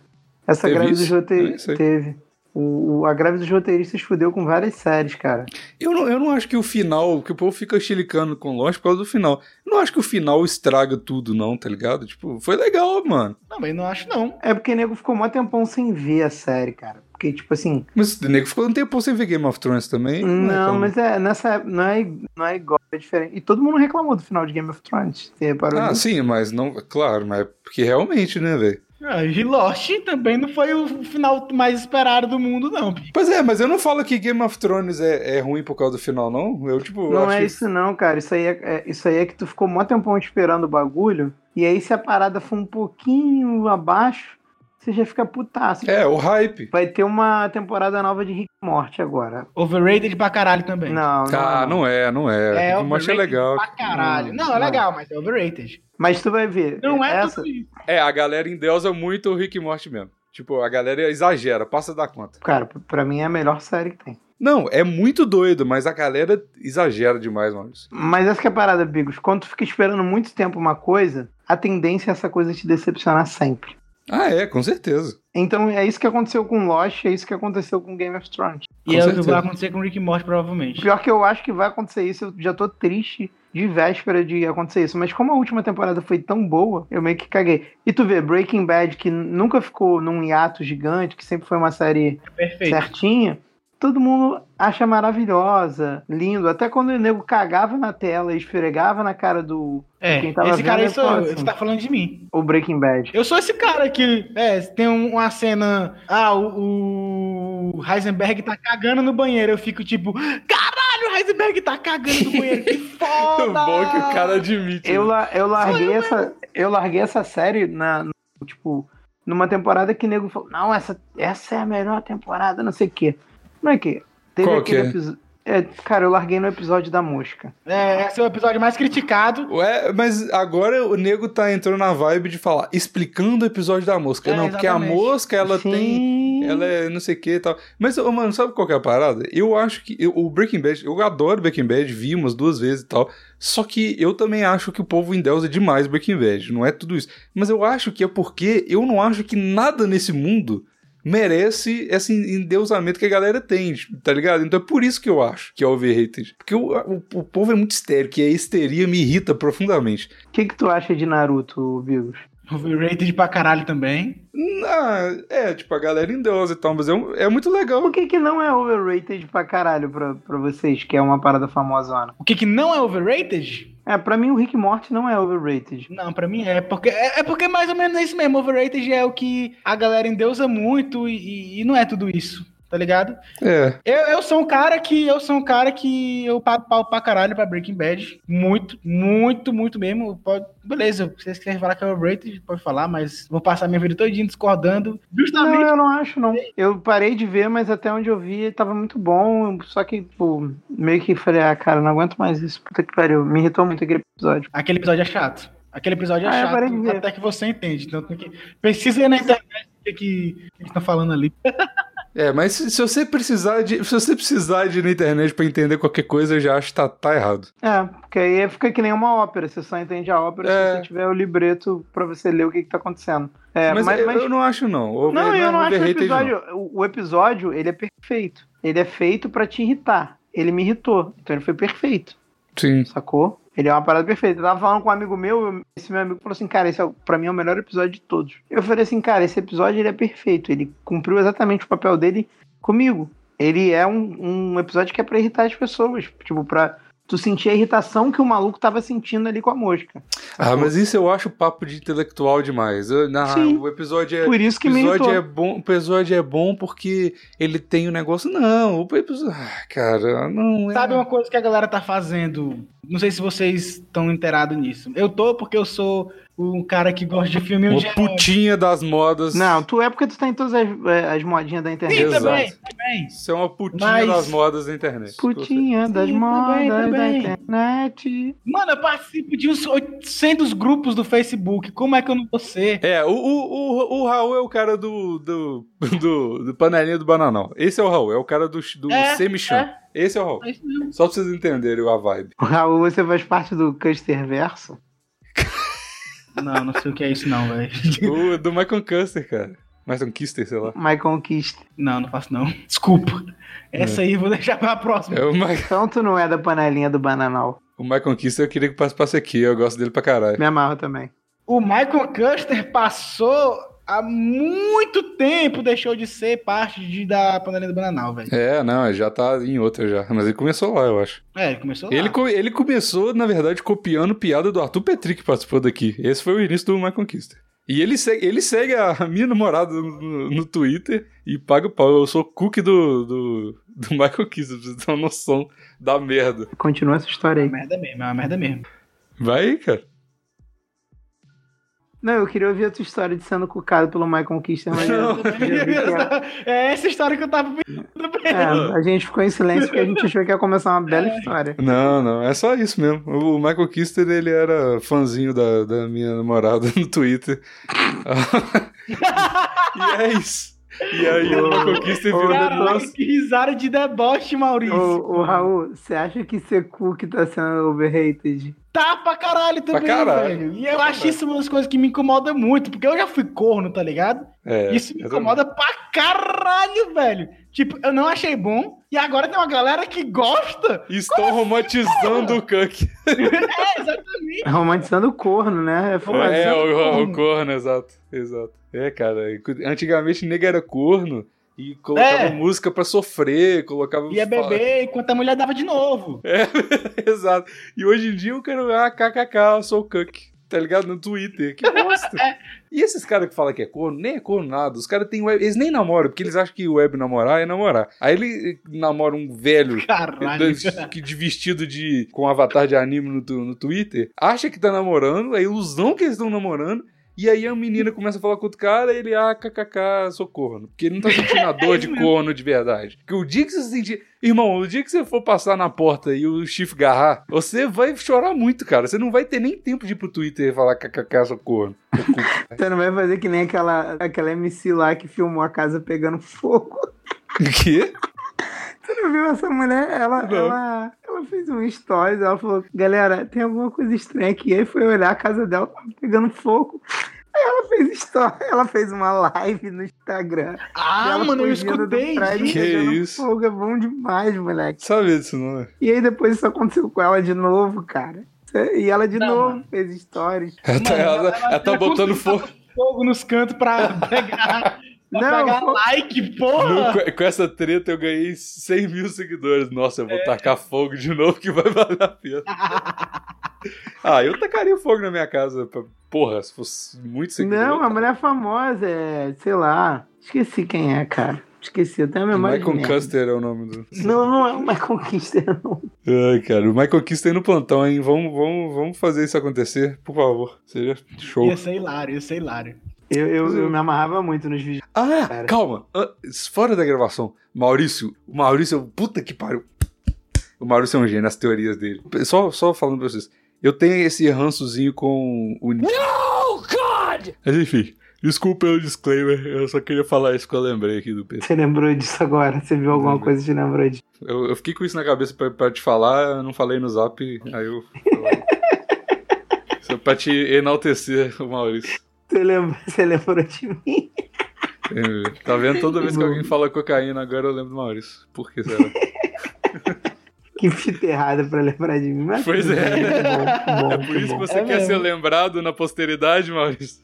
Essa Teve greve isso? dos Eu nem roteiristas. sei. Teve. O, o- a greve dos roteiristas fudeu com várias séries, cara. Eu não, eu não acho que o final, que o povo fica chilicando com longe por causa do final. Eu não acho que o final estraga tudo, não, tá ligado? Tipo, foi legal, mano. Não, mas eu não acho não. É porque o nego ficou mó tempão sem ver a série, cara. Porque, tipo assim, Mas o nego ficou um tempo sem ver Game of Thrones também. né, Não, então- mas é, nessa, não, é, não é igual, é diferente. E todo mundo reclamou do final de Game of Thrones. Você reparou Ah, nisso? sim, mas não. Claro, mas é porque realmente, né, velho? Ah, e Lost também não foi o final mais esperado do mundo, não. Bi. Pois é, mas eu não falo que Game of Thrones é, é ruim por causa do final, não. Eu, tipo, Não acho é que- isso não, cara. Isso aí é, é- isso aí é que tu ficou mó tempão esperando o bagulho. E aí, se a parada for um pouquinho abaixo, você já fica putaço. É, o hype. Vai ter uma temporada nova de Rick e Morty agora. Overrated pra caralho também. Não, não, Ah, não. não é, não é. É, o Mocha é overrated legal. pra caralho. Não, Não, é não. legal, mas é overrated. Mas tu vai ver. Não é essa, tudo isso. É, a galera endeusa muito o Rick e Morty mesmo. Tipo, a galera exagera, passa da conta. Cara, pra- pra mim é a melhor série que tem. Não, é muito doido, mas a galera exagera demais, Maurício. Mas essa que é a parada, Bigos. Quando tu fica esperando muito tempo uma coisa, a tendência é essa coisa te decepcionar sempre. Ah, é, com certeza. Então é isso que aconteceu com Lost, é isso que aconteceu com Game of Thrones. E Com é o que certeza. vai acontecer com o Rick e Morty, provavelmente. Pior que eu acho que vai acontecer isso, eu já tô triste de véspera de acontecer isso. Mas como a última temporada foi tão boa, eu meio que caguei. E tu vê, Breaking Bad, que nunca ficou num hiato gigante, que sempre foi uma série Perfeito. certinha, todo mundo acha maravilhosa, lindo. Até quando o nego cagava na tela e esfregava na cara do É, Quem tava esse cara vendo aí sou eu, é você tá falando de mim. o Breaking Bad. Eu sou esse cara que é, tem um- uma cena. Ah, o, o Heisenberg tá cagando no banheiro. Eu fico tipo, caralho, o Heisenberg tá cagando no banheiro. Que foda! O bom é que o cara admite. Eu, né? la- eu, larguei essa, eu larguei essa série na, no- tipo, numa temporada que o nego falou: não, essa, essa é a melhor temporada, não sei o quê. Não é que. Teve Qual aquele que é? episódio. cara, eu larguei no episódio da mosca. É, esse é o episódio mais criticado. Ué, mas agora o nego tá entrando na vibe de falar, explicando o episódio da mosca. É, não, porque a exatamente. mosca, ela Sim. tem Ela é não sei o que e tal. Mas, ô, mano, sabe qual que é a parada? Eu acho que. eu- o Breaking Bad, eu adoro Breaking Bad, vi umas duas vezes e tal. Só que eu também acho que o povo endeusa demais Breaking Bad. Não é tudo isso. Mas eu acho que é porque eu não acho que nada nesse mundo merece esse endeusamento que a galera tem, tá ligado? Então é por isso que eu acho que é overrated. Porque o, o, o povo é muito estéreo, que a histeria me irrita profundamente. O que, que tu acha de Naruto, Bigos? Overrated pra caralho também. Ah, é, tipo, a galera endeusa e tal, mas é, um- é muito legal. O que, que não é overrated pra caralho pra, pra vocês, que é uma parada famosona? O que, que não é overrated? É, pra mim o Rick Morty não é overrated. Não, pra mim é porque é, é porque mais ou menos é isso mesmo. Overrated é o que a galera endeusa muito e- e- e não é tudo isso, tá ligado? É. Eu, eu sou um cara que eu sou um cara que eu pago pau pra caralho pra Breaking Bad. Muito, muito, muito mesmo. Pode- beleza, se vocês quiserem falar que é overrated, pode falar, mas vou passar minha vida todinha discordando. Não, Justamente. eu não acho, não. Eu parei de ver, mas até onde eu vi tava muito bom. Só que, tipo, meio que falei, ah, cara, não aguento mais isso. Puta que pariu. Me irritou muito aquele episódio. Aquele episódio é chato. Aquele episódio é Ah, eu parei de chato, ver. até que você entende. Então tem que. Precisa ir na internet o que, é que eles estão falando ali. É, mas se, se você precisar de, se você precisar de ir na internet pra entender qualquer coisa, eu já acho que tá, tá errado. É, porque aí fica que nem uma ópera. Você só entende a ópera É. se você tiver o libreto pra você ler o que, que tá acontecendo. É, mas, mas. eu, mas- eu não acho não. Over- Não, é eu não acho o overrated, não. episódio. O, o episódio, ele é perfeito. Ele é feito pra te irritar. Ele me irritou. Então ele foi perfeito. Sim. Sacou? Ele é uma parada perfeita. Eu tava falando com um amigo meu, eu- esse meu amigo falou assim, cara, esse é, o- pra mim é o melhor episódio de todos. Eu falei assim, cara, esse episódio ele é perfeito. Ele cumpriu exatamente o papel dele comigo. Ele é um, um episódio que é pra irritar as pessoas. Tipo, pra tu sentir a irritação que o maluco tava sentindo ali com a mosca. Ah, mas isso eu acho papo de intelectual demais. Eu- não, Tipo- Sim. o episódio é. Por isso que o me irritou. episódio é bom, o episódio é bom porque ele tem o negócio. Não, o episódio. Ah, cara, não é. Sabe um uma coisa que a galera tá fazendo? Não sei se vocês estão inteirados nisso. Eu tô porque eu sou um cara que gosta de filme uma onde é- putinha das modas. Não, tu é porque tu tá em todas as, é, as modinhas da internet. Sim, Exato. também, também. Isso é uma putinha Mas- das modas da internet. Putinha das Sim, modas também, da também. internet. Mano, eu participo de uns 800 grupos do Facebook. Como é que eu não vou ser? É, o, o, o, o Raul é o cara do, do, do, do panelinha do bananão. Esse é o Raul, é o cara do, do É, semi-chan. é. Esse é o Raul. É isso mesmo. Só pra vocês entenderem a vibe. Raul, você faz parte do Custer Verso? Não, não sei o que é isso não, velho. O do Michael Custer, cara. Michael Kister, sei lá. My Conquista. Não, não faço não. É. Desculpa. Essa aí eu vou deixar pra próxima. É o, Ma Então tu não é da panelinha do Bananal. o Michael Kister eu queria que participasse aqui, eu gosto dele pra caralho. Me amarro também. O Michael Custer passou há muito tempo, deixou de ser parte de, da panelinha do Bananal, velho. É, não, já tá em outra já. Mas ele começou lá, eu acho. É, ele começou lá. Ele, co- ele começou, na verdade, copiando piada do Arthur Petri que participou daqui. Esse foi o início do Michael Kister. E ele segue, ele segue a minha namorada no, no Twitter e paga o pau. Eu sou o cookie do, do, do Michael Kister, pra vocês terem uma noção da merda. Continua essa história É aí. uma merda mesmo, é uma merda mesmo. Vai aí, cara. Não, eu queria ouvir a tua história de sendo cucado pelo My Conquista, mas eu- Não. eu vi que era- É essa história que eu tava pensando pra ele. É, a gente ficou em silêncio porque a gente achou que ia começar uma bela história. Não, não, é só isso mesmo. O Michael Kister, ele era fãzinho da, da minha namorada no Twitter. e é isso. E aí o Michael Kister Ô, virou Caraca, nosso... que risada de deboche, Maurício. Ô, ô Raul, você acha que ser cookie tá sendo overrated? Tá pra caralho também, caralho. velho. E eu acho isso uma das coisas que me incomoda muito, porque eu já fui corno, tá ligado? É, isso me eu incomoda pra caralho, velho. Tipo, eu não achei bom, e agora tem uma galera que gosta. também. Estão romantizando o Cuck. é, exatamente. Romantizando o corno, né? É foda. É, o, corno. o corno, exato. Exato. É, cara. Antigamente o nego era corno e colocava É. música pra sofrer, colocava... Ia beber enquanto a mulher dava de novo. É. Exato. E hoje em dia o cara, ah, kkk, eu sou o Cuck. Tá ligado? No Twitter. Que bosta. e esses caras que falam que é corno, nem é corno nada. Os caras têm web. Eles nem namoram, porque eles acham que web namorar é namorar. Aí ele namora um velho. Caralho. Que de vestido de. com avatar de anime no, tu- no Twitter, acha que tá namorando, é ilusão que eles estão namorando, e aí a menina começa a falar com outro cara e ele, ah, kkk, sou corno. Porque ele não tá sentindo a dor de corno de verdade. Porque o dia que você sentir. Irmão, o dia que você for passar na porta e o chifre garrar, você vai chorar muito, cara. Você não vai ter nem tempo de ir pro Twitter e falar kkk, sou corno. Você não vai fazer que nem aquela, aquela MC lá que filmou a casa pegando fogo. O quê? Você não viu essa mulher? Ela, Uhum. Não. ela, ela fez um stories, ela falou, galera, tem alguma coisa estranha aqui. Aí foi olhar a casa dela, tava pegando fogo. Aí ela fez story, ela fez uma live no Instagram. E Ah, ela mano, eu fugindo do escutei. prédio, isso. Que pegando isso. Fogo, é bom demais, moleque. Sabe disso, não é? E aí depois isso aconteceu com ela de novo, cara. E ela de Não, novo mano. fez stories. Ela tá, ela- ela- ela tá ela botando conseguiu fogo. fogo nos cantos pra pegar, pra Não, pegar fogo- like, No- porra! com- com essa treta eu ganhei 100 mil seguidores. Nossa, eu vou tacar fogo de novo que vai valer a pena. ah, eu tacaria fogo na minha casa. pra- Porra, se fosse muito seguidor. Não, a mulher famosa é, sei lá, esqueci quem é, cara. Esqueci, eu tenho a memória de Michael merda. Custer é o nome do. Não, não é uma conquista, não. Ai, cara, o Michael Custer no plantão, hein? Vamos, vamos, vamos fazer isso acontecer, por favor. Seria show. Ia ser hilário, ia ser hilário. Eu, eu, eu me amarrava muito nos vídeos. Ah, Cara. calma. Ah, Fora da gravação, Maurício. O Maurício, é um- puta que pariu. O Maurício é um gênio, as teorias dele. Só, só falando pra vocês. Eu tenho esse rançozinho com o. No, God! Mas enfim, desculpa o disclaimer. Eu só queria falar isso que eu lembrei aqui do PC. Você lembrou disso agora? Você viu alguma Lembrei. coisa e te lembrou disso? Eu, eu fiquei com isso na cabeça pra, pra te falar, eu não falei no zap, aí eu. Só pra te enaltecer, o Maurício. Você lembrou, você lembrou de mim? É, Tá vendo? Toda vez que alguém fala cocaína, agora eu lembro do Maurício. Por que será? Que fita errada pra lembrar de mim. Mas Pois tudo é. bem, que bom, que É bom, por que isso que bom. você É quer mesmo. ser lembrado na posteridade, Maurício.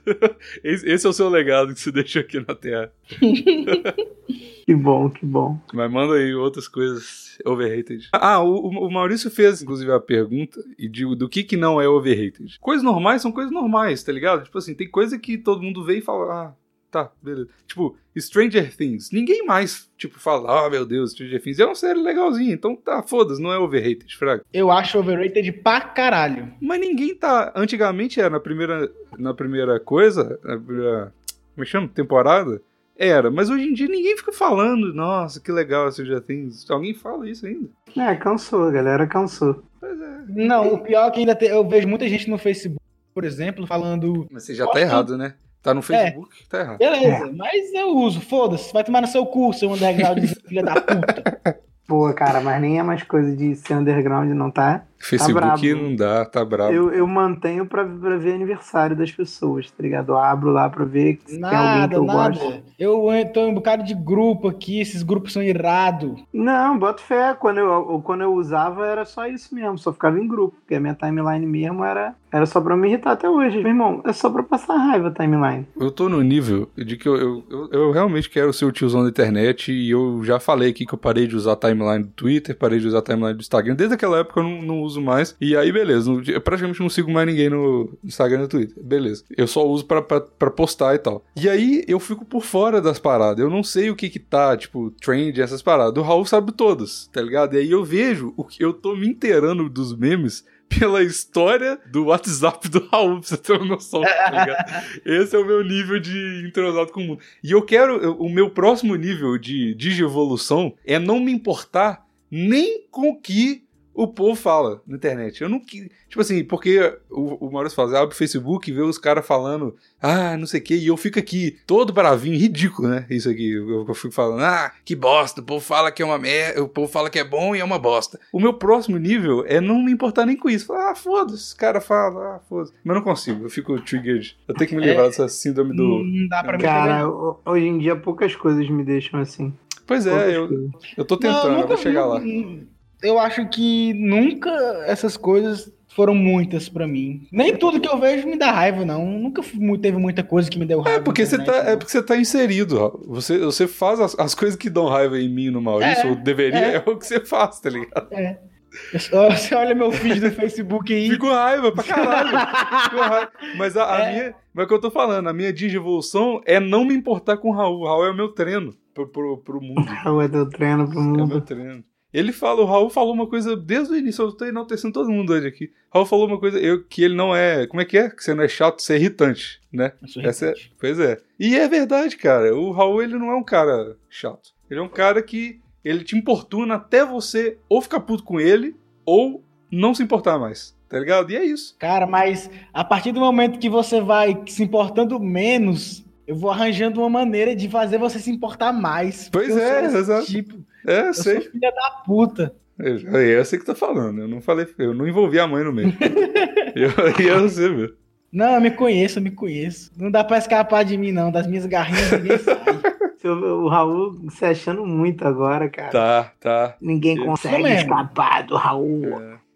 Esse esse é o seu legado que você deixou aqui na Terra. Que bom, que bom. Mas manda aí outras coisas overrated. Ah, o, o Maurício fez, inclusive, a pergunta e digo do que que não é overrated. Coisas normais são coisas normais, tá ligado? Tipo assim, tem coisa que todo mundo vê e fala, ah, tá, beleza. Tipo, Stranger Things. Ninguém mais, tipo, fala, ah, meu Deus, Stranger Things é uma série legalzinha. Então tá, foda-se, não é overrated, fraga. Eu acho overrated pra caralho. Mas ninguém tá. Antigamente era na primeira, na primeira coisa, na primeira. Como é que chama? Temporada? Era, mas hoje em dia ninguém fica falando, nossa, que legal Stranger Things. Alguém fala isso ainda. É, cansou, galera, cansou. Pois é. Não, o pior é que ainda tem, eu vejo muita gente no Facebook, por exemplo, falando. Mas você já tá errado, né? Tá no Facebook, tá errado. Beleza, mas eu uso, foda-se, vai tomar no seu cu, seu underground, filha da puta. Pô, cara, mas nem é mais coisa de ser underground, não tá? Facebook brabo. não dá, tá bravo. Eu, eu mantenho pra, pra ver aniversário das pessoas, tá ligado? Eu abro lá pra ver se tem alguém que Nada, eu gosto. nada. Eu en- tô em um bocado de grupo aqui, esses grupos são irados. Não, boto fé. Quando eu, eu- quando eu usava era só isso mesmo, só ficava em grupo, porque a minha timeline mesmo era, era só pra me irritar até hoje. Meu irmão, é só pra passar raiva a timeline. Eu tô no nível de que eu, eu, eu, eu realmente quero ser o tiozão da internet e eu já falei aqui que eu parei de usar a timeline do Twitter, parei de usar a timeline do Instagram. Desde aquela época eu não, não uso mais. E aí, beleza, não- eu praticamente não sigo mais ninguém no Instagram e no Twitter. Beleza. Eu só uso pra, pra, pra postar e tal. E aí eu fico por fora das paradas. Eu não sei o que que tá, tipo, trend, essas paradas. O Raul sabe todas, tá ligado? E aí eu vejo o que eu tô me inteirando dos memes. Pela história do WhatsApp do Raul, pra você ter uma noção, tá ligado? Esse é o meu nível de entrosado com o mundo. E eu quero. eu- o meu próximo nível de digievolução é não me importar nem com o que o povo fala na internet. Eu não. que- Tipo assim, porque o, o Maurício faz, abre o Facebook e vê os caras falando, ah, não sei o quê, e eu fico aqui todo bravinho, ridículo, né? Isso aqui. Eu, eu fico falando, ah, que bosta, o povo fala que é uma merda, o povo fala que é bom e é uma bosta. O meu próximo nível é não me importar nem com isso. Falar, ah, foda-se, esse cara fala, ah, foda-se. Mas eu não consigo, eu fico triggered. Eu tenho que me livrar dessa síndrome do. Não, não dá pra mim Cara, também. ho- hoje em dia poucas coisas me deixam assim. Pois Poucas é, eu, coisas. eu tô Não, tentando, eu nunca vou vi- um, chegar lá. Eu acho que nunca essas coisas foram muitas pra mim. Nem tudo que eu vejo me dá raiva, não. Nunca fui mu- teve muita coisa que me deu raiva. É porque, na você tá, um internet, é não. porque você tá inserido, Raul. você, você faz as, as coisas que dão raiva em mim e no Maurício, É, ou deveria, é. é. o que você faz, tá ligado? Eu só- Você olha meu feed do Facebook aí. Fico com raiva pra caralho. fico com raiva. Mas a, a É. minha. Mas é o que eu tô falando, a minha digievolução é não me importar com o Raul. O Raul é o meu treino pro, pro, pro mundo. Ué, eu treino pro É o mundo. meu treino. Ele fala, o Raul falou uma coisa desde o início, eu tô enaltecendo todo mundo hoje aqui. Raul falou uma coisa, eu, que ele não é. Como é que é? Que você não é chato, você é irritante, né? Eu sou Essa é- irritante. pois é. E é verdade, cara. O Raul, ele não é um cara chato. Ele é um cara que ele te importuna até você ou ficar puto com ele ou não se importar mais. Tá ligado? E é isso. Cara, mas a partir do momento que você vai se importando menos, eu vou arranjando uma maneira de fazer você se importar mais. Pois Eu sou é, esse exato. Tipo, eu É, eu sou sei. filha da puta. Eu, eu sei o que tá falando. Eu não falei, eu não envolvi a mãe no meio. eu, eu sei, meu. Não, eu me conheço, eu me conheço. Não dá pra escapar de mim, não. Das minhas garrinhas ninguém sai. Seu- O Raul se achando muito agora, cara. Tá, tá. Ninguém Isso consegue mesmo. escapar do Raul.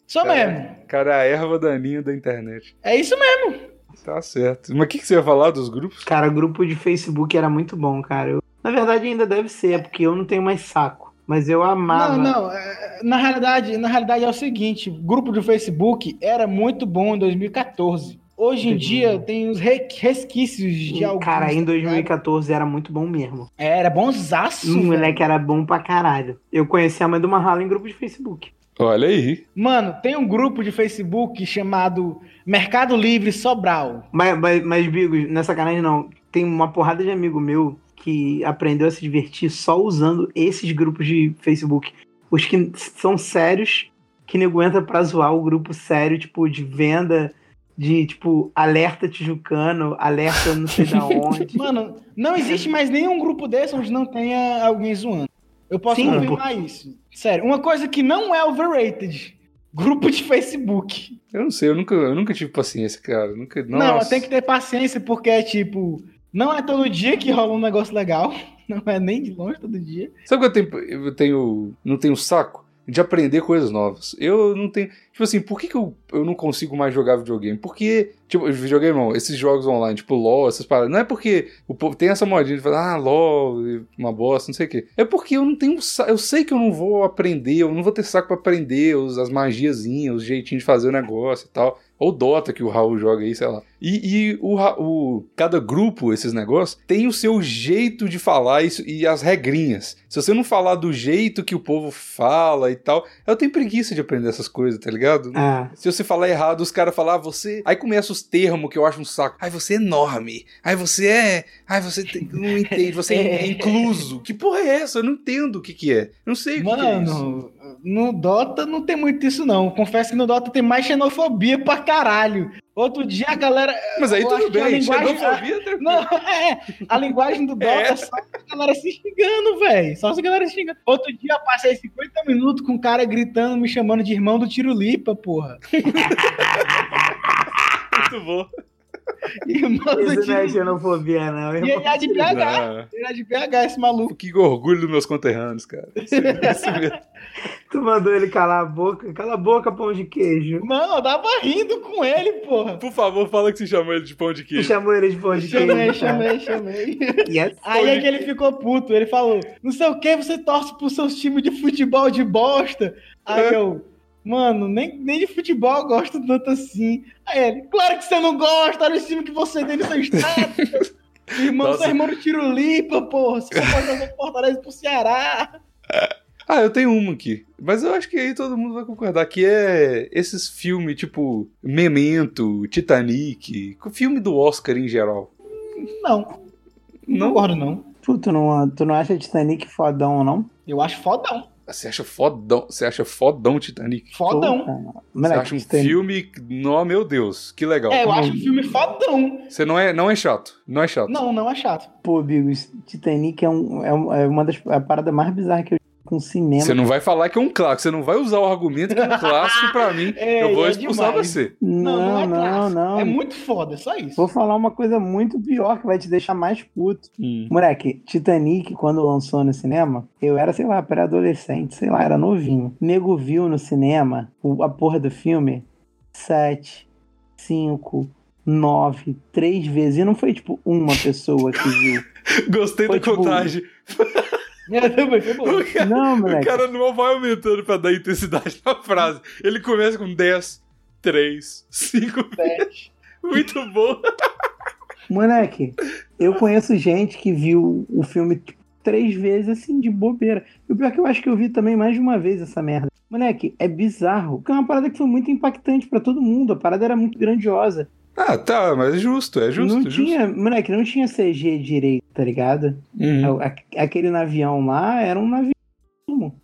Só Cara. mesmo. Cara, é a erva daninha da internet. É isso mesmo. Tá certo. Mas o que, que você ia falar dos grupos? Cara, grupo de Facebook era muito bom, cara. Eu- na verdade, ainda deve ser, é porque eu não tenho mais saco. Mas eu amava. Não, não. é, Na realidade, na realidade é o seguinte: grupo do Facebook era muito bom em 2014. Hoje em Entendi. dia tem uns re- resquícios de alguns. né? tá? É, Cara, em 2014 era muito bom mesmo. Era bonzaço. Hum, O é velho. Um moleque era bom pra caralho. Eu conheci a mãe do Marralo em grupo de Facebook. Olha aí. Mano, tem um grupo de Facebook chamado Mercado Livre Sobral. Mas, mas, mas Bigos, não é sacanagem não. Tem uma porrada de amigo meu que aprendeu a se divertir só usando esses grupos de Facebook. Os que são sérios, que nego entra pra zoar o grupo sério, tipo, de venda, de, tipo, alerta tijucano, alerta não sei da onde. Mano, não existe mais nenhum grupo desse onde não tenha alguém zoando. Eu posso Sim, confirmar isso. Sério, uma coisa que não é overrated. Grupo de Facebook. Eu não sei, eu nunca, eu nunca tive paciência, cara. Nunca, Não, nossa. tem que ter paciência, porque é tipo, não é todo dia que rola um negócio legal. Não é nem de longe todo dia. Sabe o que eu tenho, eu tenho. Não tenho saco? de aprender coisas novas. Eu não tenho. Tipo assim, por que, que eu, eu não consigo mais jogar videogame? Porque, tipo, videogame não, esses jogos online, tipo LOL, essas paradas. Não é porque o povo tem essa modinha de falar, ah, LOL, uma bosta, não sei o quê. É porque eu não tenho. sa- Eu sei que eu não vou aprender, eu não vou ter saco pra aprender os, as magiazinhas, os jeitinhos de fazer o negócio e tal. Ou Dota que o Raul joga aí, sei lá. E, e o, Ra- o- cada grupo, esses negócios, tem o seu jeito de falar isso, e as regrinhas. Se você não falar do jeito que o povo fala e tal, eu tenho preguiça de aprender essas coisas, tá ligado? Ah, Se você falar errado, os caras falam, ah, você. Aí começa os termos que eu acho um saco. Ai, você é enorme. Ai, você é. Ai, você tem- não entende. Você é incluso. Que porra é essa? Eu não entendo o que, que é. Eu não sei o que, que é isso. Mano, no Dota não tem muito isso, não. Confesso que no Dota tem mais xenofobia pra caralho. Outro dia a galera. Mas aí eu tudo acho que a bem. tá? linguagem- Xenofobia, tranquilo. Não, é. A linguagem do Dota É. é, só a galera se xingando, velho. Só se a galera se xingando. Outro dia eu passei 50 minutos com um cara gritando, me chamando de irmão do Tirulipa, porra. Muito bom. Irmão do isso não é Tirulipa. xenofobia, não. E ele é de BH. Ah, Ele é de BH, esse maluco. que orgulho dos meus conterrâneos, cara. Isso mesmo. Tu mandou ele calar a boca. Cala a boca, pão de queijo. Não, eu tava rindo com ele, porra. Por favor, fala que você chamou ele de pão de Tu queijo. chamou ele de pão de queijo. Chamei, cara. chamei, chamei. Yes. Aí é que ele ficou puto, ele falou, não sei o que, você torce pro seus times de futebol de bosta. Aí eu, mano, nem, nem de futebol eu gosto tanto assim. Aí ele, claro que você não gosta, olha o time que você tem no seu estado. Irmão, Nossa. seu irmão do Tirulipa, porra. Você só pode jogar pro Fortaleza e pro Ceará. Ah, eu tenho uma aqui. Mas eu acho que aí todo mundo vai concordar que é esses filmes tipo Memento, Titanic, filme do Oscar em geral. Não, não Não, concordo, não. Tu, tu, não, tu não acha Titanic fodão, não? Eu acho fodão. você acha fodão, você acha fodão Titanic? Fodão. Puta, Você Moleque, acha um Titanic- filme, não, meu Deus, que legal. É, eu acho o filme fodão. Você não é, não é chato, não é chato. Não, não é chato. Pô, Bigos, Titanic é, um, é, um- é uma das a parada mais bizarra que eu já vi com cinema. Você não vai falar que é um clássico, você não vai usar o argumento que é um clássico pra mim. É, eu vou é expulsar demais. você. Não, não, é não, clássico. É muito foda, só isso. Vou falar uma coisa muito pior que vai te deixar mais puto. Moleque, Titanic, quando lançou no cinema, eu era, sei lá, pré-adolescente, sei lá, era novinho. Nego viu no cinema o- a porra do filme sete, cinco, nove, três vezes. E não foi, tipo, uma pessoa que viu. Gostei Foi da tipo- contagem. Foi bom. O cara- Não, O moleque. cara não vai aumentando pra dar intensidade na frase. Ele começa com 10, 3, 5. Muito bom. Moleque, eu conheço gente que viu o filme tipo, três vezes, assim, de bobeira. E o pior é que eu acho que eu vi também mais de uma vez essa merda. Moleque, é bizarro. Porque é uma parada que foi muito impactante pra todo mundo. A parada era muito grandiosa. Ah, tá, mas é justo, é justo. não justo. tinha, moleque, não tinha CG direito, tá ligado? Uhum. A- Aquele navião lá era um navio.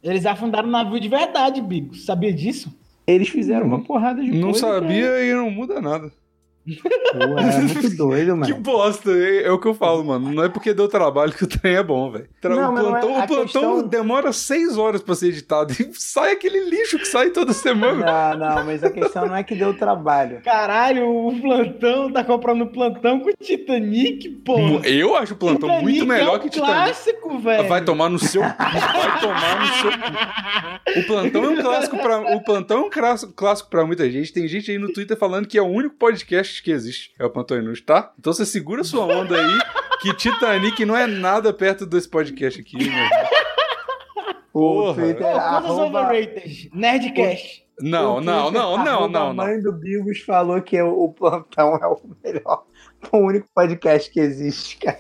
Eles afundaram o navio de verdade, Bigo. Sabia disso? Eles fizeram Não- uma porrada de Hum. Não coisa, sabia e não muda nada. cara. Pô, era muito doido, Que mano. bosta, é, é o que eu falo, mano. Não é porque deu trabalho que o trem é bom, velho. Tra- Não, o mas não é- plantão, a o plantão questão- demora 6 horas pra ser editado e sai aquele lixo que sai toda semana. Não, não, mas a questão não é que deu trabalho. Caralho, o plantão tá comprando plantão com Titanic, pô. é um Eu acho o é um plantão muito é melhor um que Titanic. clássico, velho. Vai tomar no seu cu, vai tomar no seu cu. O plantão é um clássico pra, o plantão é um cras- clássico pra muita gente. Tem gente aí no Twitter falando que é o único podcast que existe. É o Plantão Inútil, tá? Então você segura sua onda aí, que Titanic não é nada perto desse podcast aqui, né? O Porra. Twitter, Pô, coisas arroba- É- overrated. Nerdcast. Não, O não, Twitter, não, não, arroba não, não. A mãe do Bigos falou que o Plantão é o melhor, o único podcast que existe, cara.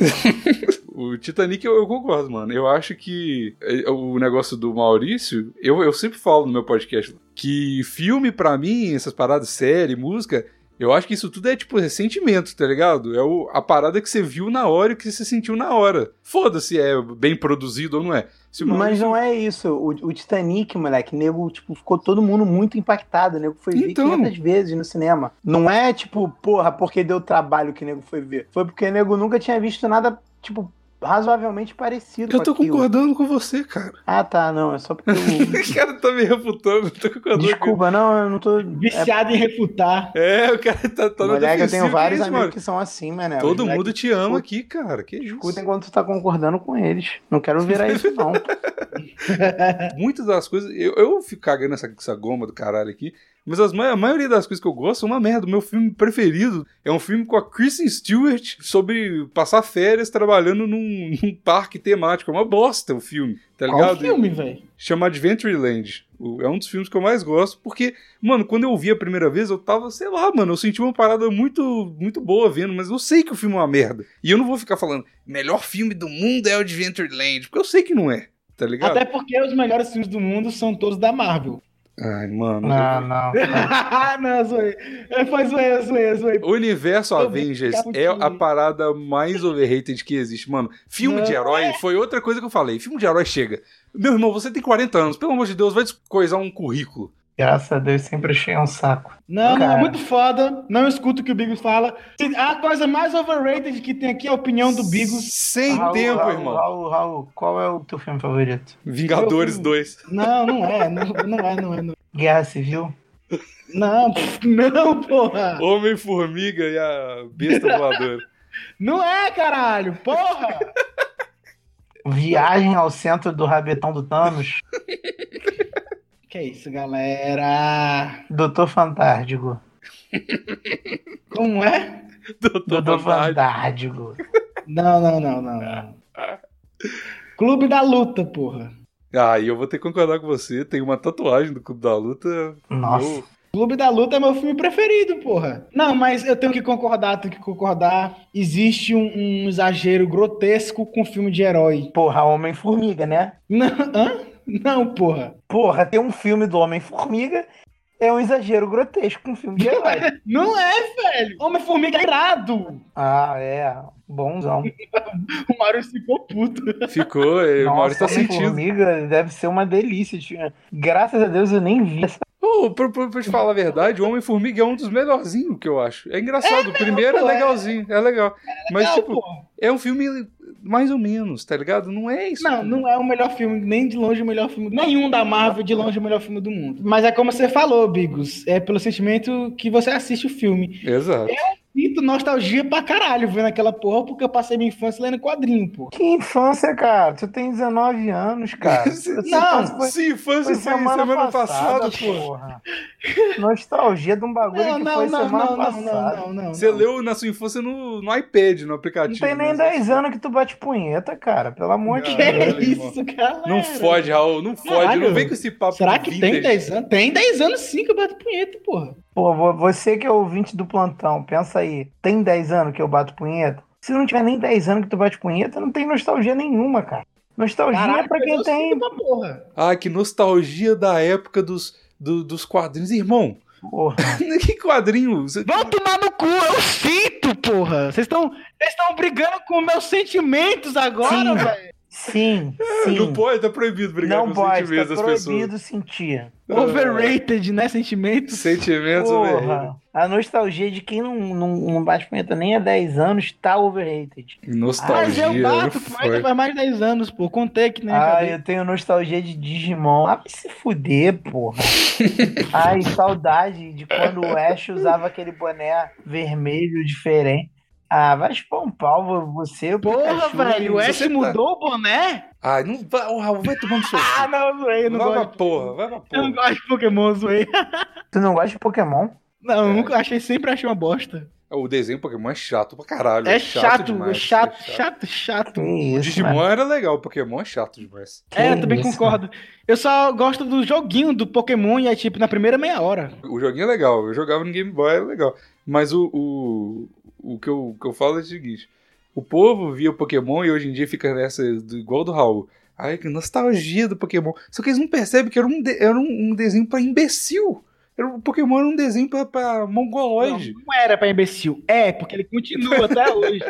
O Titanic eu, eu concordo, mano. Eu acho que eh, o negócio do Maurício, eu, eu sempre falo no meu podcast que filme pra mim, essas paradas, série, música, eu acho que isso tudo é tipo é sentimento, tá ligado? É o- a parada que você viu na hora e que você sentiu na hora. Foda-se é bem produzido ou não é. Se o Mas Maurício- não é isso. O, o Titanic, moleque, nego, tipo, ficou todo mundo muito impactado. Nego foi ver Então. 500 vezes no cinema. Não é, tipo, porra, porque deu trabalho que nego foi ver. Foi porque nego nunca tinha visto nada, tipo, razoavelmente parecido Eu tô com aquilo. concordando com você, cara. Ah, tá, não, é só porque eu... O cara tá me refutando, eu tô concordando. Desculpa, não, eu não tô... É, Viciado em refutar. É, o cara tá, tá na moleque, eu tenho defensiva, vários que é isso, amigos mano? que são assim, mané. Os Todo moleque mundo te ama aqui, cara. Que isso. Escuta enquanto tu tá concordando com eles. Não quero virar isso, não. Muitas das coisas. Eu, eu fico cagando essa, essa goma do caralho aqui. Mas as ma- a maioria das coisas que eu gosto são uma merda. O meu filme preferido é um filme com a Kristen Stewart sobre passar férias trabalhando num, num parque temático. É uma bosta o filme, tá Qual ligado? filme, velho? Chama Adventureland. O- É um dos filmes que eu mais gosto, porque, mano, quando eu vi a primeira vez, eu tava, sei lá, mano, eu senti uma parada muito muito boa vendo, mas eu sei que o filme é uma merda. E eu não vou ficar falando, melhor filme do mundo é o Adventureland, porque eu sei que não é, tá ligado? Até porque os melhores filmes do mundo são todos da Marvel. Ai, mano. não, não. não, zoei. É, Foi zoei, zoei, zoei. O universo Eu Avengers vou ficar é a putinho. parada mais overrated que existe, mano. Filme de Não herói foi outra coisa que eu falei. Filme de herói chega. Meu irmão, você tem 40 anos, pelo amor de Deus, vai coisar um currículo. Graças a Deus, sempre achei um saco. Não, não, Cara. é muito foda. Não escuto o que o Bigos fala. Se- A coisa mais overrated que tem aqui é a opinião do Bigos. Sem Raul, tempo, Raul, irmão. Raul, Raul, qual é o teu filme favorito? Vingadores Eu- 2. Não, não é. Não, não é, não é. Não, Guerra Civil? não, pff, não porra. Homem-Formiga e a besta voadora. Não é, caralho. Porra. Viagem ao centro do rabetão do Thanos? Que isso, galera. Doutor Fantástico. Como é? Doutor Doutor Fantástico. Fantástico. Não, não, não, não. não. Clube da Luta, porra. Ah, e eu vou ter que concordar com você. Tem uma tatuagem do Clube da Luta. Nossa. Eu- Clube da Luta é meu filme preferido, porra. Não, mas eu tenho que concordar, tenho que concordar. Existe um, um exagero grotesco com filme de herói. Porra, Homem-Formiga, né? Não, hã? Não, porra. Porra, tem um filme do Homem-Formiga. É um exagero grotesco um filme de herói. Não é, velho. Homem-Formiga é irado. ah, é. Bonzão. O Mario ficou puto. Ficou, é, o Mauro tá sentindo. Homem-Formiga deve ser uma delícia. tio. Graças a Deus eu nem vi essa. Ô, pra, pra- pra te falar a verdade, o Homem-Formiga é um dos melhorzinhos que eu acho. É engraçado. o primeiro pô, é é. legalzinho, é legal. Mas, não, tipo, porra. é um filme mais ou menos, tá ligado? Não é isso. não, não é o melhor filme, nem de longe o melhor filme. Nenhum da Marvel de longe é o melhor filme do mundo. Mas é como você falou, Bigos. É pelo sentimento que você assiste o filme. Exato. Sinto nostalgia pra caralho vendo aquela porra, porque eu passei minha infância lendo quadrinho, pô. Que infância, cara. Tu tem 19 anos, cara. Não, Foi- Sim, infância foi, semana, passada, pô. porra. Nostalgia de um bagulho Não, que não, foi não, semana não, não, passada. não, não, não. Você não. leu na sua infância no, no iPad, no Não aplicativo. tem nem né? 10 anos que tu bate punheta, cara. Pelo amor de Que é Caralho, Deus. isso, cara? Não fode, Raul, não fode. Caralho. Não vem com esse papo. Será que vintage. tem 10 anos? Tem 10 anos sim que eu bato punheta, porra. Pô, vo- você que é ouvinte do plantão, pensa aí. Tem 10 anos que eu bato punheta? Se não tiver nem 10 anos que tu bate punheta, não tem nostalgia nenhuma, cara. Nostalgia é pra quem eu tem. sinto pra porra. Ah, que nostalgia da época dos, do- dos quadrinhos. Irmão, Porra. que quadrinho? Você- Vão tomar no cu, eu sinto, porra. Vocês estão vocês estão brigando com meus sentimentos agora, Sim. velho. Sim, sim. Não pode, tá proibido brigar Não com os pode, sentimentos tá das proibido pessoas. sentir. Overrated, né, sentimentos? Sentimentos overrated. Porra, a nostalgia de quem não, não, não bate punheta nem há 10 anos tá overrated. Nostalgia. Mas eu bato, não mas foi. faz mais de 10 anos, pô. Contei aqui na minha Ah, cabeça. eu tenho nostalgia de Digimon. Ah, vai se fuder, porra. Ai, saudade de quando o Ash usava aquele boné vermelho diferente. Ah, vai chupar um pau vo- você, o Porra, Pikachu, velho, o você Ash tá- mudou o boné? Ai, não vai. Ô, Raul, vai tomando seu. Ah, não, zoei, eu não vai pra gosto. porra, vai pra Eu não porra. gosto de Pokémon, zoei. Tu não gosta de Pokémon? Não, É. eu nunca achei, sempre achei uma bosta. O desenho Pokémon é chato pra caralho. É chato, demais, é chato, é chato, chato. Que isso, O Digimon era legal, o Pokémon é chato demais. Que É, eu também isso, concordo. Eu só gosto do joguinho do Pokémon e é tipo na primeira meia hora. O joguinho é legal, eu jogava no Game Boy, era legal. Mas o, o, o, que eu, o que eu falo é o seguinte: o povo via o Pokémon e hoje em dia fica nessa do- igual do Raul. Ai, que nostalgia do Pokémon. Só que eles não percebem que era um, de- era um, um desenho pra imbecil. Era, o Pokémon era um desenho pra, pra mongoloide. Não, não era pra imbecil. É, porque ele continua até hoje.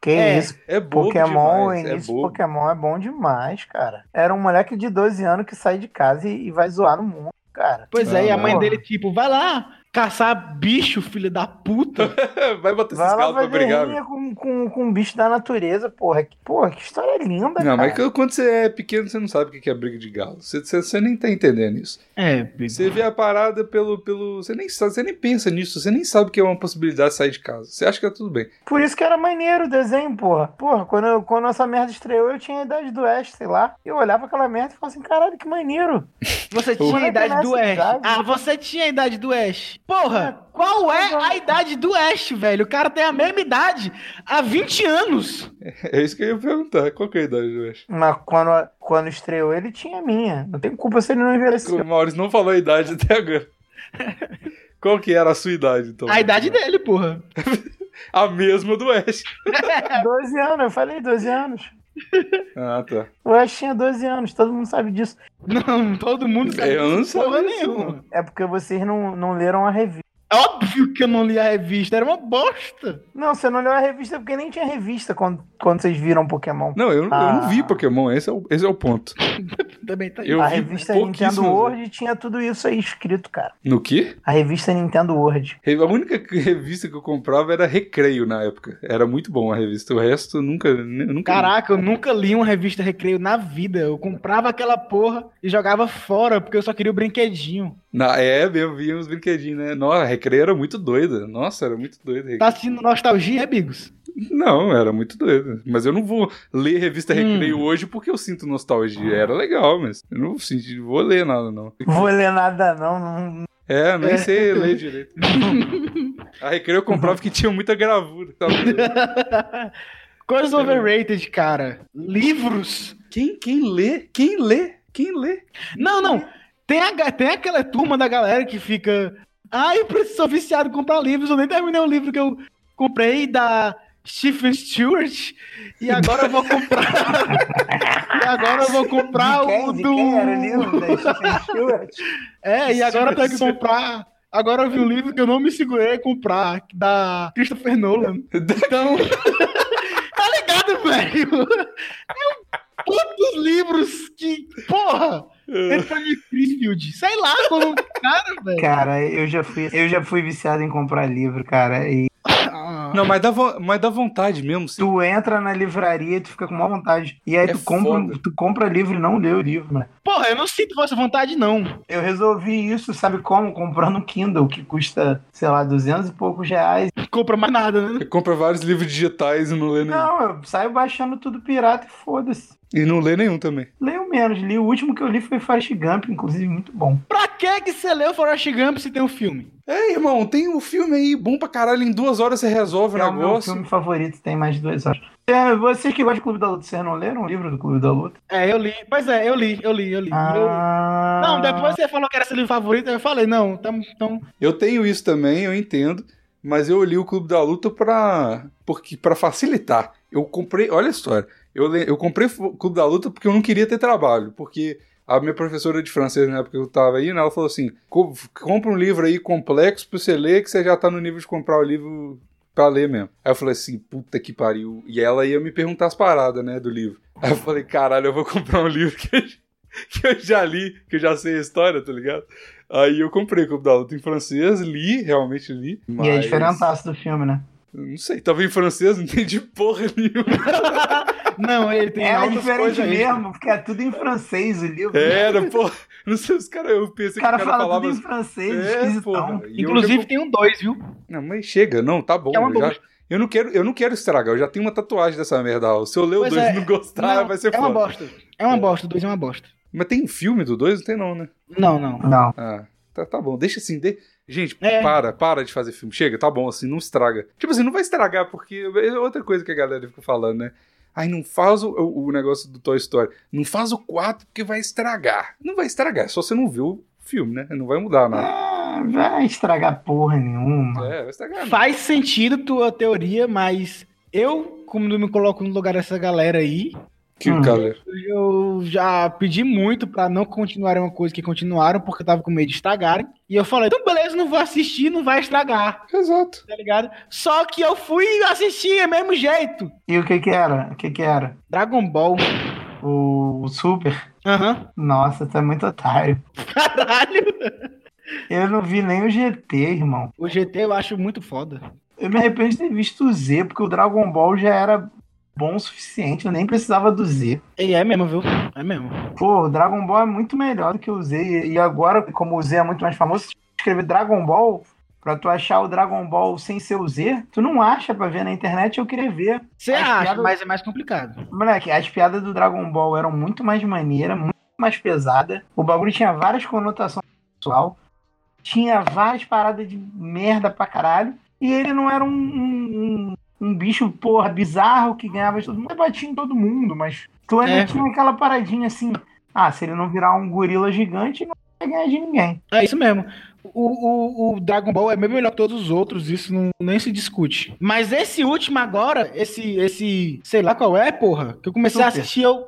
Que É, isso, É bobo Pokémon, demais, o é início de bobo. Pokémon é bom demais, cara. Era um moleque de 12 anos que sai de casa e, e vai zoar no mundo, cara. Pois é, e a Não, mãe não. dele, tipo, vai lá, Caçar bicho, filho da puta. Vai botar esses Vai lá galos pra fazer brigar, rinha com, com, com um bicho da natureza, porra. Que, porra, que história linda, Não, cara. mas que- quando você é pequeno, você não sabe o que que é briga de galo. Você, você- você nem tá entendendo isso. É, Você vê a parada pelo. pelo você, nem sabe, você nem pensa nisso, você nem sabe que é uma possibilidade de sair de casa. Você acha que tá tudo bem. Por isso que era maneiro o desenho, porra. Porra, quando, eu- quando essa merda estreou, eu tinha a idade do Oeste, sei lá. Eu olhava aquela merda e falava assim, caralho, que maneiro. Você tinha Quando a eu idade do começo a Ash. idade- Ah, você tinha a idade do Ash. É, Porra, qual é anos? a idade do Ash, velho? O cara tem a mesma idade há 20 anos. É isso que eu ia perguntar. Qual que é a idade do Ash? Mas quando, quando estreou, ele tinha a minha. Não tem culpa se ele não envelheceu. O Maurício não falou a idade até agora. Qual que era a sua idade, então? A idade dele, porra. A mesma do Ash. É. 12 anos, eu falei 12 anos. Ah, tá. O Oeste tinha 12 anos, todo mundo sabe disso. Não, todo mundo sabe. Eu não disso, porra sabia disso, nenhuma. É porque vocês não, não leram a revista. É Óbvio que eu não li a revista, era uma bosta. Não, você não leu a revista porque nem tinha revista quando, quando vocês viram Pokémon. Não, eu, eu não Ah. vi Pokémon, esse é o, esse é o ponto. Também tá aí. Eu a vi revista pouquíssimas Nintendo World tinha tudo isso aí escrito, cara. No quê? A revista Nintendo World. A única que- revista que eu comprava era Recreio na época. Era muito bom a revista. O resto eu nunca. ne- nunca Caraca, eu nunca li uma revista Recreio na vida. Eu comprava aquela porra e jogava fora, porque eu só queria o brinquedinho. Na, é, mesmo, vinha uns brinquedinhos, né? Nossa, Recreio era muito doida. Nossa, era muito doida. Tá assistindo nostalgia, amigos? Não, era muito doida. Mas eu não vou ler revista Recreio hoje porque eu sinto nostalgia. Era legal, mas eu não sinto, vou ler nada, não. Vou ler nada, não. não- É, nem É. sei ler direito. a Recreio eu comprava que tinha muita gravura. sabe? Coisas overrated, cara. Livros. Quem, quem lê? Quem lê? Quem lê? Não, não. Tem, a, ga- tem aquela turma da galera que fica. Ai, eu preciso sou viciado em comprar livros. Eu nem terminei o livro que eu comprei da Stephen Stewart. E agora eu vou comprar. e agora eu vou comprar De quem? o De do. quem era o livro da Stephen Stewart? É, e agora eu tenho que Stewart. comprar. Agora eu vi um livro que eu não me segurei a comprar, da Christopher Nolan. Então. tá ligado, velho? É um putos livros que. Porra! Entra de Creefield. Sei lá como cara, velho. Cara, eu já fui, eu já fui viciado em comprar livro, cara. E Ah, Não, mas dá, vo- mas dá vontade mesmo. Sim. tu entra na livraria e tu fica com maior vontade. E aí É tu, compra, foda. tu compra livro e não lê o livro, mano. Porra, eu não sinto vossa vontade, não. Eu resolvi isso, sabe como? Comprando um Kindle, que custa, sei lá, 200 e poucos reais. Compra mais nada, né? Compra vários livros digitais e não lê nenhum. Não, eu saio baixando tudo pirata e foda-se. E não lê nenhum também. Leio menos, li. O último que eu li foi Forrest Gump, inclusive, muito bom. Pra que que você leu Forrest Gump se tem um filme? É, irmão, tem um filme aí bom pra caralho. Em duas horas você um resolve o É o meu negócio. filme favorito, tem mais de duas horas. É, vocês que gostam do Clube da Luta, vocês não leram o livro do Clube da Luta? É, eu li. Pois é, eu li, eu li, eu li. Eu- Ah, Não, depois você falou que era seu livro favorito, eu falei, não, então, tamo, tamo... Eu tenho isso também, eu entendo. Mas eu li o Clube da Luta pra. Porque, pra facilitar. Eu comprei. Olha a história. Eu, le- eu comprei o Clube da Luta porque eu não queria ter trabalho. Porque a minha professora de francês na época que eu tava aí, né, ela falou assim: "Co- compra um livro aí complexo pra você ler, que você já tá no nível de comprar o livro pra ler mesmo. Aí eu falei assim: puta que pariu. E ela ia me perguntar as paradas, né, do livro. Aí eu falei: caralho, eu vou comprar um livro que eu, que eu já li, que eu já sei a história, tá ligado? Aí eu comprei o Clube da Luta em francês, li, realmente li. Mas... E é diferentaço do filme, né? Não sei, tava em francês, não entendi porra nenhuma. Não, ele tem Era altas É diferente coisas aí. né? mesmo, porque é tudo em francês o livro. Era, porra. Não sei, os caras, eu pensei o cara que o É, cara fala falava. assim. tudo em francês, É, esquisitão. porra. E eu Inclusive já- tem um dois, viu? Não, mas chega, não, tá bom. É uma eu, já- bosta. eu não quero, eu não quero estragar, eu já tenho uma tatuagem dessa merda. ó. Se eu ler o Pois 2 é, e não gostar, Não, vai ser é uma foda. bosta. É uma bosta, o dois é uma bosta. Mas tem um filme do 2? Não tem não, né? Não, não. Não. Ah, tá, tá bom, deixa assim, de- Gente, É. para, para de fazer filme. Chega, tá bom, assim, não estraga. Tipo assim, não vai estragar, porque é outra coisa que a galera fica falando, né? Aí não faz o, o- o negócio do Toy Story. Não faz o 4 porque vai estragar. Não vai estragar, só você não viu o filme, né? Não vai mudar nada. Ah, vai estragar porra nenhuma. É, vai estragar. nada. Faz sentido tua teoria, mas eu, como não me coloco no lugar dessa galera aí, Que Hum. galera. eu já pedi muito pra não continuarem uma coisa que continuaram, porque eu tava com medo de estragarem. E eu falei, então beleza, não vou assistir, não vai estragar, Exato. tá ligado? Só que eu fui assistir, é mesmo jeito. E o que que era? O que que era? Dragon Ball. O, o Super? Aham. Nossa, tá muito otário. Caralho. Eu não vi nem o GT, irmão. O GT eu acho muito foda. Eu me arrependo de ter visto o Z, porque o Dragon Ball já era bom o suficiente, eu nem precisava do Z. E é mesmo, viu? É mesmo. Pô, o Dragon Ball é muito melhor do que o Z, e agora, como o Z é muito mais famoso, se tu escrever Dragon Ball, pra tu achar o Dragon Ball sem ser o Z, tu não acha pra ver na internet, eu queria ver. Você As acha, piadas- mas é mais complicado. Moleque, as piadas do Dragon Ball eram muito mais maneira, muito mais pesada. O bagulho tinha várias conotações sexual, tinha várias paradas de merda pra caralho. E ele não era um, um, um- um bicho, porra, bizarro que ganhava de todo mundo. Ele batia em todo mundo, mas tu ainda É. tinha aquela paradinha assim. Ah, se ele não virar um gorila gigante, não vai ganhar de ninguém. É isso mesmo. O, o, o Dragon Ball é bem melhor que todos os outros, isso não, nem se discute. Mas esse último agora, esse, esse, sei lá qual é, porra, que eu comecei a Super. assistir, eu.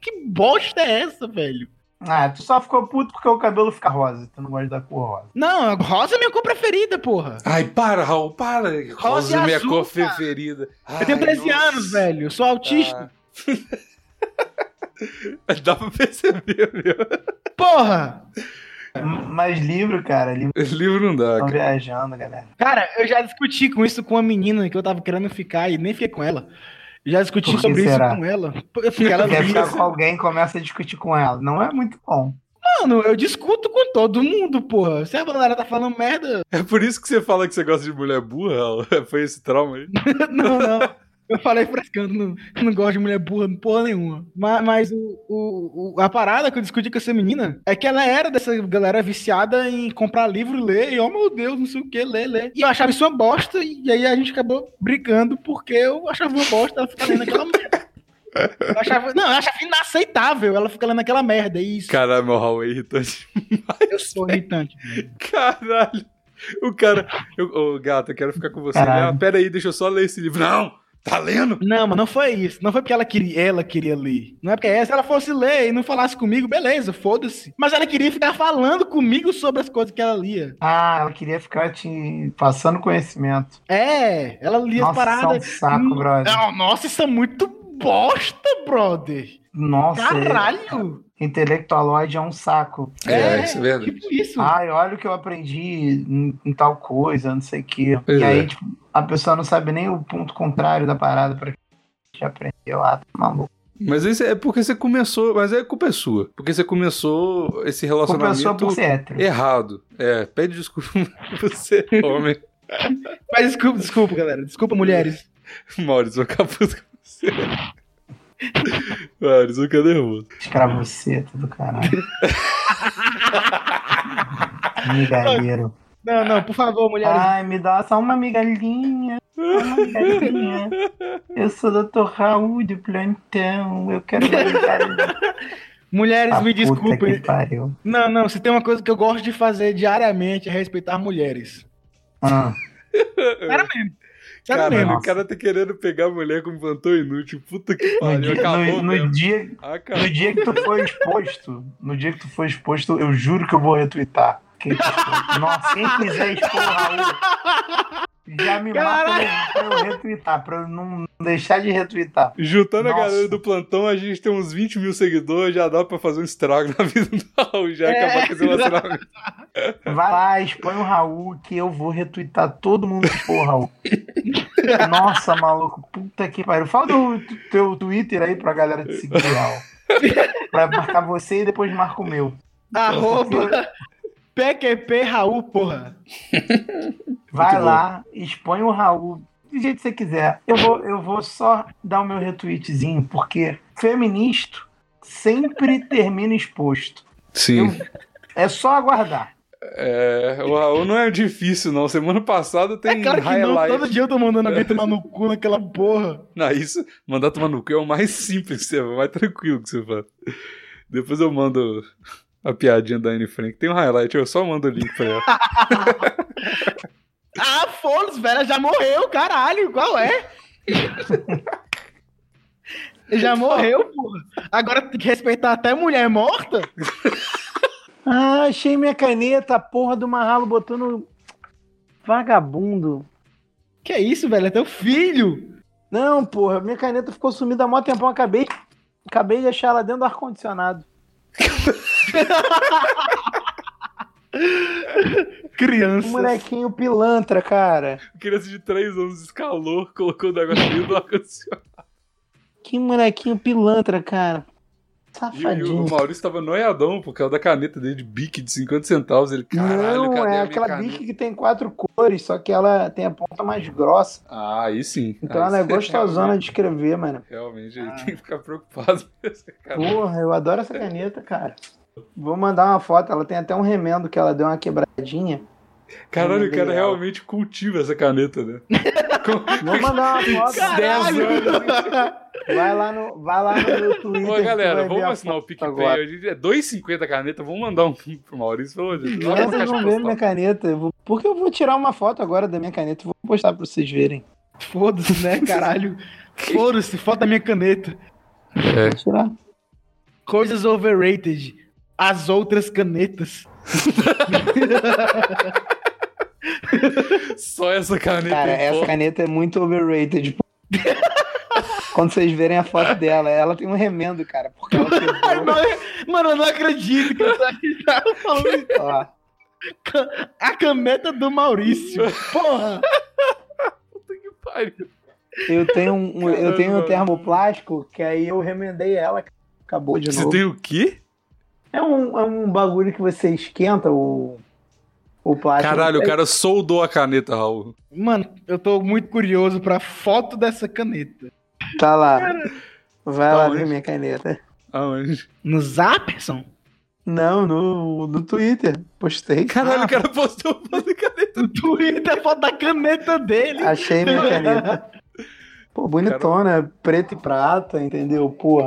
Que bosta é essa, velho? Ah, tu só ficou puto porque o cabelo fica rosa. Tu não gosta da cor rosa. Não, rosa é minha cor preferida, porra. Ai, para, Raul, para. Rosa é e minha azul, cor cara. preferida. Ai, Eu tenho 13 nossa. anos, velho. Eu sou autista. Ah. Dá pra perceber, meu. Ah. Porra! Mas livro, cara, livro Livro não dá, Tá estão cara. viajando, galera. Cara, eu já discuti com isso com uma menina que eu tava querendo ficar e nem fiquei com ela. Eu Já discuti Por que sobre será? isso com ela. Porque ela Quer via. ficar com alguém, começa a discutir com ela. Não é muito bom. Mano, eu discuto com todo mundo, porra. Se a galera tá falando merda. É por isso que você fala que você gosta de mulher burra, Raul. Foi esse trauma aí. Não, não. Eu falei frescando, não, não gosto de mulher burra, porra nenhuma. Mas, mas o, o- o- a parada que eu discuti com essa menina é que ela era dessa galera viciada em comprar livro, e ler, e oh meu Deus, não sei o que, ler, ler. E eu achava isso uma bosta, e aí a gente acabou brigando porque eu achava uma bosta ela ficar lendo aquela merda. Eu achava, não, eu achava inaceitável ela ficar lendo aquela merda, e isso. Caralho, meu Raul é irritante. eu sou irritante. Caralho. O cara. Eu, ô, gato, eu quero ficar com você. Caralho. Ah, pera aí, deixa eu só ler esse livro. Não! Tá lendo? Não, mas não foi isso. Não foi porque ela queria, ela queria ler. Não é porque essa, se ela fosse ler e não falasse comigo, beleza, foda-se. Mas ela queria ficar falando comigo sobre as coisas que ela lia. Ah, ela queria ficar te passando conhecimento. É, ela lia Nossa, as é um paradas. saco, Hum, brother. Não, nossa, isso é muito bosta, brother. Nossa, Caralho. é- intelectualoide é um saco. É, isso é verdade. Tipo isso. Ai, olha o que eu aprendi em, em tal coisa, não sei o quê. Pois e é. aí, tipo, a pessoa não sabe nem o ponto contrário da parada pra gente aprender lá. Tá maluco. Mas isso é porque você começou. Mas é culpa é sua. Porque você começou esse Começou relacionamento por ser hétero. errado. É, pede desculpa pra você, homem. Mas desculpa, desculpa, galera. Desculpa, mulheres. Maurício, eu acabo com você. Maurício, fica nervoso. Escravoceta do caralho. Migalheiro. Não, não, por favor, mulheres. Ai, me dá só uma migalhinha. Uma migalhinha. Eu sou o Dr. Raul de plantão. Eu quero uma migalhinha. mulheres, Ah, me puta desculpem. que pariu. Não, não, se tem uma coisa que eu gosto de fazer diariamente é respeitar mulheres. Ah, Sério mesmo. Sério Caralho, mesmo. o cara tá querendo pegar a mulher como plantão inútil. Puta que no, pariu. dia, Acabou no- no mesmo. Ah, dia, no Acabou. dia que tu foi exposto, no dia que tu foi exposto, eu juro que eu vou retweetar. Quem- nossa, quem quiser expor o Raul, já me marca pra eu- pra eu retweetar, pra eu não deixar de retweetar. Juntando a Nossa. galera do plantão, a gente tem uns 20 mil seguidores, já dá pra fazer um estrago na vida do Raul, já É. acabar com esse relacionamento. Vai lá, expõe o Raul que eu vou retweetar todo mundo que expor o Raul. Nossa, maluco, puta que pariu. Fala do t- teu Twitter aí pra galera te seguir, Raul. Pra marcar você e depois marca o meu. Arroba PQP Raul, porra. Vai bom. lá, expõe o Raul do jeito que você quiser. Eu vou, eu vou só dar o meu retweetzinho, porque feminista sempre termina exposto. Sim. É só aguardar. É, o Raul não é difícil, não. Semana passada tem é claro que não, highlight. É. todo dia eu tô mandando alguém tomar no cu naquela porra. Não, isso, mandar tomar no cu é o mais simples, que você, é o mais tranquilo que você faz. Depois eu mando a piadinha da Anne Frank. Tem um highlight, eu só mando o link pra ela. Ah, foda-se, velho, já morreu, caralho, qual é? já morreu, porra. Agora tem que respeitar até mulher morta? Ah, achei minha caneta, a porra do Marralo botou no. Vagabundo. Que isso, velho, é teu filho. Não, porra, minha caneta ficou sumida há mó tempão, acabei, acabei de achar ela dentro do ar-condicionado. Um Crianças. molequinho pilantra, cara. Criança de 3 anos escalou, colocou o negócio dentro do ar-condicionado. Que molequinho pilantra, cara. E o- e o Safadinho. Maurício tava noiadão por causa da caneta dele de bique de 50 centavos. Ele, caralho, não, cadê é a minha aquela caneta? bique que tem quatro cores, só que ela tem a ponta mais grossa. Ah, aí sim. Então Aí ela é sim, gostosona de escrever, mano. Realmente, aí tem que ficar preocupado mesmo, cara. Porra, eu adoro essa caneta, cara. Vou mandar uma foto, ela tem até um remendo que ela deu uma quebradinha. Caralho, o Legal. cara realmente cultiva essa caneta, né? Com Vou mandar uma foto. 10 anos. Vai lá no, vai lá no meu Twitter. Ô, é que tu galera, vai vamos ver a assinar o foto agora. PicPay. Hoje em dia É 2,50 a caneta. Vamos mandar um pro Maurício, pelo amor de Deus. Lá Não, na vocês caixa vão ver postal. minha caneta. Eu vou- Porque eu vou tirar uma foto agora da minha caneta e vou postar pra vocês verem. Foda-se, né, caralho? Foda-se, foda da minha caneta. Vou tirar. Coisas overrated. As outras canetas. né? Só essa caneta. Cara, aí, essa pô. caneta é muito overrated. pô. Quando vocês verem a foto dela, ela tem um remendo, cara. Porque ela quebrou. Mano, eu não acredito que eu tava falando isso. Ó, a caneta do Maurício. Porra! Puta que pariu. eu tenho um, um- eu tenho um Caramba. termoplástico que aí eu remendei ela. cara. Acabou de Você novo. tem o quê? É, um, é um bagulho que você esquenta o, o plástico. Caralho, o cara soldou a caneta, Raul. Mano, eu tô muito curioso pra foto dessa caneta. Tá lá. Vai Tá lá onde? ver minha caneta. Aonde? No Zapperson? Não, no, no Twitter. Postei. Caralho, Ah. o cara postou foto da caneta. No Twitter, a foto da caneta dele. Achei minha caneta. Pô, bonitona, preto e prata, entendeu? Porra.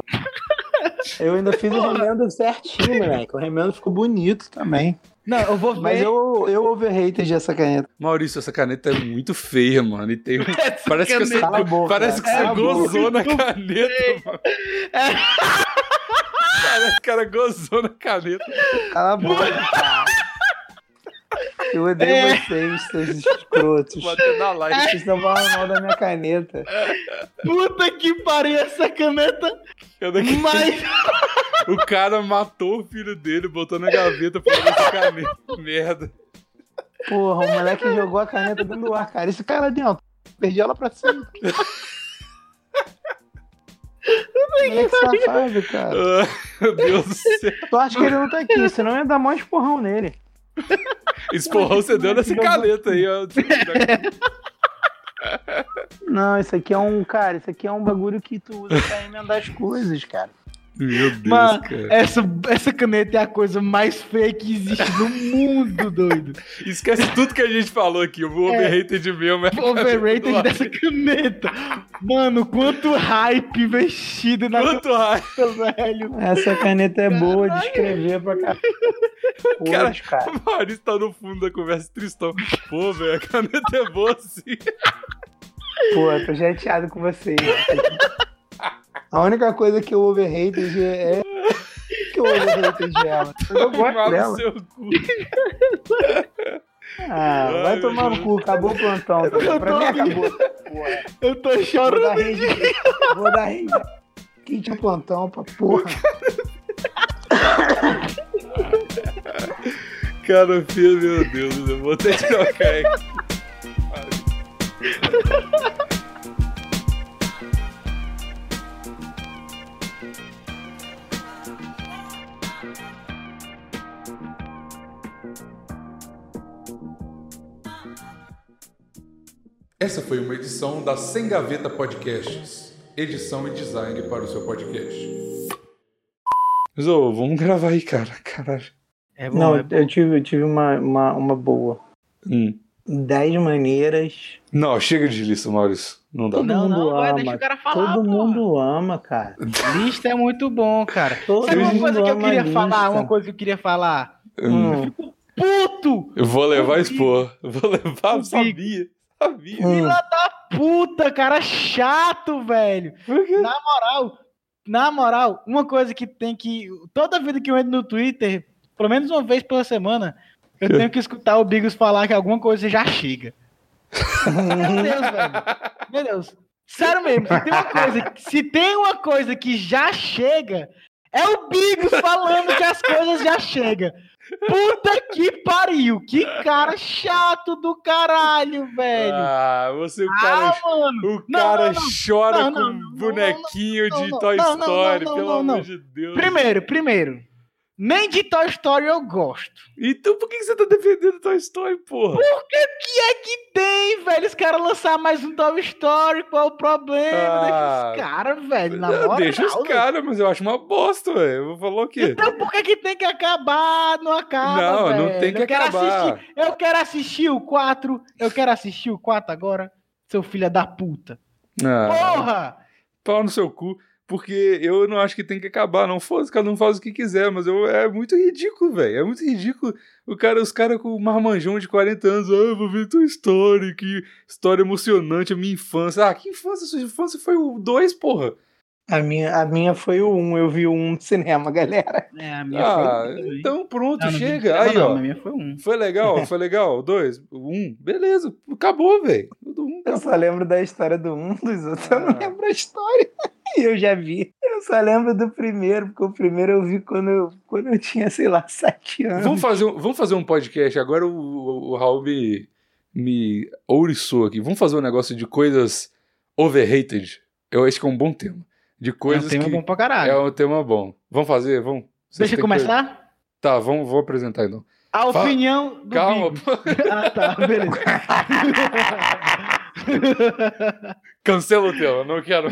Eu ainda fiz o remendo certinho, moleque. O remendo ficou bonito também. Não, eu vou ver. Mas eu, eu overrated essa caneta. Maurício, essa caneta é muito feia, mano. E tem um... Parece que você, Cala a boca, parece que você cara. Cala a gozou na caneta, mano. Parece que o cara gozou na caneta. Cala a boca, cara. Eu odeio É. vocês, seus escrotos. Bateu na live. Vocês estão falando mal da minha caneta. Puta que pariu essa caneta. Eu daqui- Mas O cara matou o filho dele, botou na gaveta pra ver essa caneta. Merda. Porra, o moleque jogou a caneta dentro do ar, cara. Esse cara lá dentro. Perdi ela pra cima. Moleque safado, cara. Ah, Meu Deus do céu. Tu acha que ele não tá aqui, senão ia dar mó esporrão nele. Esse porrão você deu nessa caneta aí, ó. Não, isso aqui é um, cara, isso aqui é um bagulho que tu usa pra emendar as coisas, cara. Meu Deus, Mano, cara. essa, essa caneta é a coisa mais feia que existe no mundo, doido. Esquece tudo que a gente falou aqui. O overrated mesmo é. Overrated dessa caneta. Mano, quanto hype investido na Quanto raio. caneta, velho. Essa caneta é boa de escrever pra cá. Coisas, cara. O Maurício tá no fundo da conversa tristão. Pô, velho, a caneta é boa sim. Pô, eu tô chateado com vocês. A única coisa que eu overrated é. que eu overrated ela. Eu gosto Vai no dela. seu cu. Ah, vai Ai, tomar meu no cu, acabou o plantão. Tá? Pra mim acabou. Porra, Eu tô vou dar chorando. rede. Vou dar rede. Quem tinha plantão pra porra. Cara, filho, meu Deus, eu vou até trocar aqui. Essa foi uma edição da Sem Gaveta Podcasts. Edição e design para o seu podcast. Zô, vamos gravar aí, cara. Caralho. É Não, eu tive, eu tive uma, uma, uma boa. Hum. 10 maneiras. Não, chega de lista, Maurício. Não dá. Todo Não, mundo não, vai, ama. deixa o cara falar. Todo pô. mundo ama, cara. Lista é muito bom, cara. Todo Sabe uma mundo coisa que eu ama queria lista. falar? Uma coisa que eu queria falar. Hum. Hum, Puto! Eu vou levar expor. Eu Vou levar, Hum. sabia. Sabia. hum. Puta, cara chato, velho. Hum. Por quê? Na moral, na moral, uma coisa que tem que. Toda vida que eu entro no Twitter, pelo menos uma vez pela semana, eu tenho que escutar o Bigos falar que alguma coisa já chega. Meu Deus, velho. Meu Deus. Sério mesmo, se tem uma coisa, se tem uma coisa que já chega, é o Bigos falando que as coisas já chega. Puta que pariu! Que cara chato do caralho, velho! Ah, você, o cara, ah, mano! o não, cara não, não. chora Não, não, com não, não, bonequinho não, de não, Toy não, não, Story, não, pelo não, amor não. de Deus. Primeiro, primeiro. Nem de Toy Story eu gosto. Então por que que você tá defendendo Toy Story, porra? E é que tem, velho. Os caras lançar mais um Toy Story, qual é o problema? Ah. deixa os caras, velho. Na Não, moral, Ah, né? deixa os velho. caras, mas eu acho uma bosta, velho. Eu vou falar o quê? Então por que, que tem que acabar? Não acaba. Não, não velho. tem que eu quero acabar. Assistir, eu quero assistir o 4. Eu quero assistir o 4 agora. Seu filho da puta. Ah, Porra! pau no seu cu. Porque eu não acho que tem que acabar, não foda-se, cada um faz o que quiser, mas eu, é muito ridículo, velho. É muito ridículo o cara, os caras com marmanjão de 40 anos, ah, eu vou ver tua história, que história emocionante, a minha infância. Ah, que infância? Sua infância foi o 2, porra. A minha, a minha foi o 1, eu vi o 1 no cinema, galera. É, a Ah, foi um também. então pronto, Não, não vi chega. cinema Aí, não, ó. mas A minha foi um. Foi legal, foi legal. Dois, um, beleza. Acabou, velho. Do um, Eu acabou. só lembro da história do 1, dos outros eu Ah. não lembro a história. E eu já vi. Eu só lembro do primeiro, porque o primeiro eu vi quando eu, quando eu tinha, sei lá, 7 anos. Vamos fazer, um- vamos fazer um podcast. Agora o, o, o Raul me, me ouriçou aqui. Vamos fazer um negócio de coisas overrated. Eu acho que é um bom tema. De coisas é um tema que. bom pra caralho. É um tema bom. Vamos fazer? Vamos. Vocês Deixa eu têm começar? que- Tá, vamos, vou apresentar então. A Fala- opinião do Calma, Bingo. pô. Ah, tá, beleza. cancela o tema, não quero.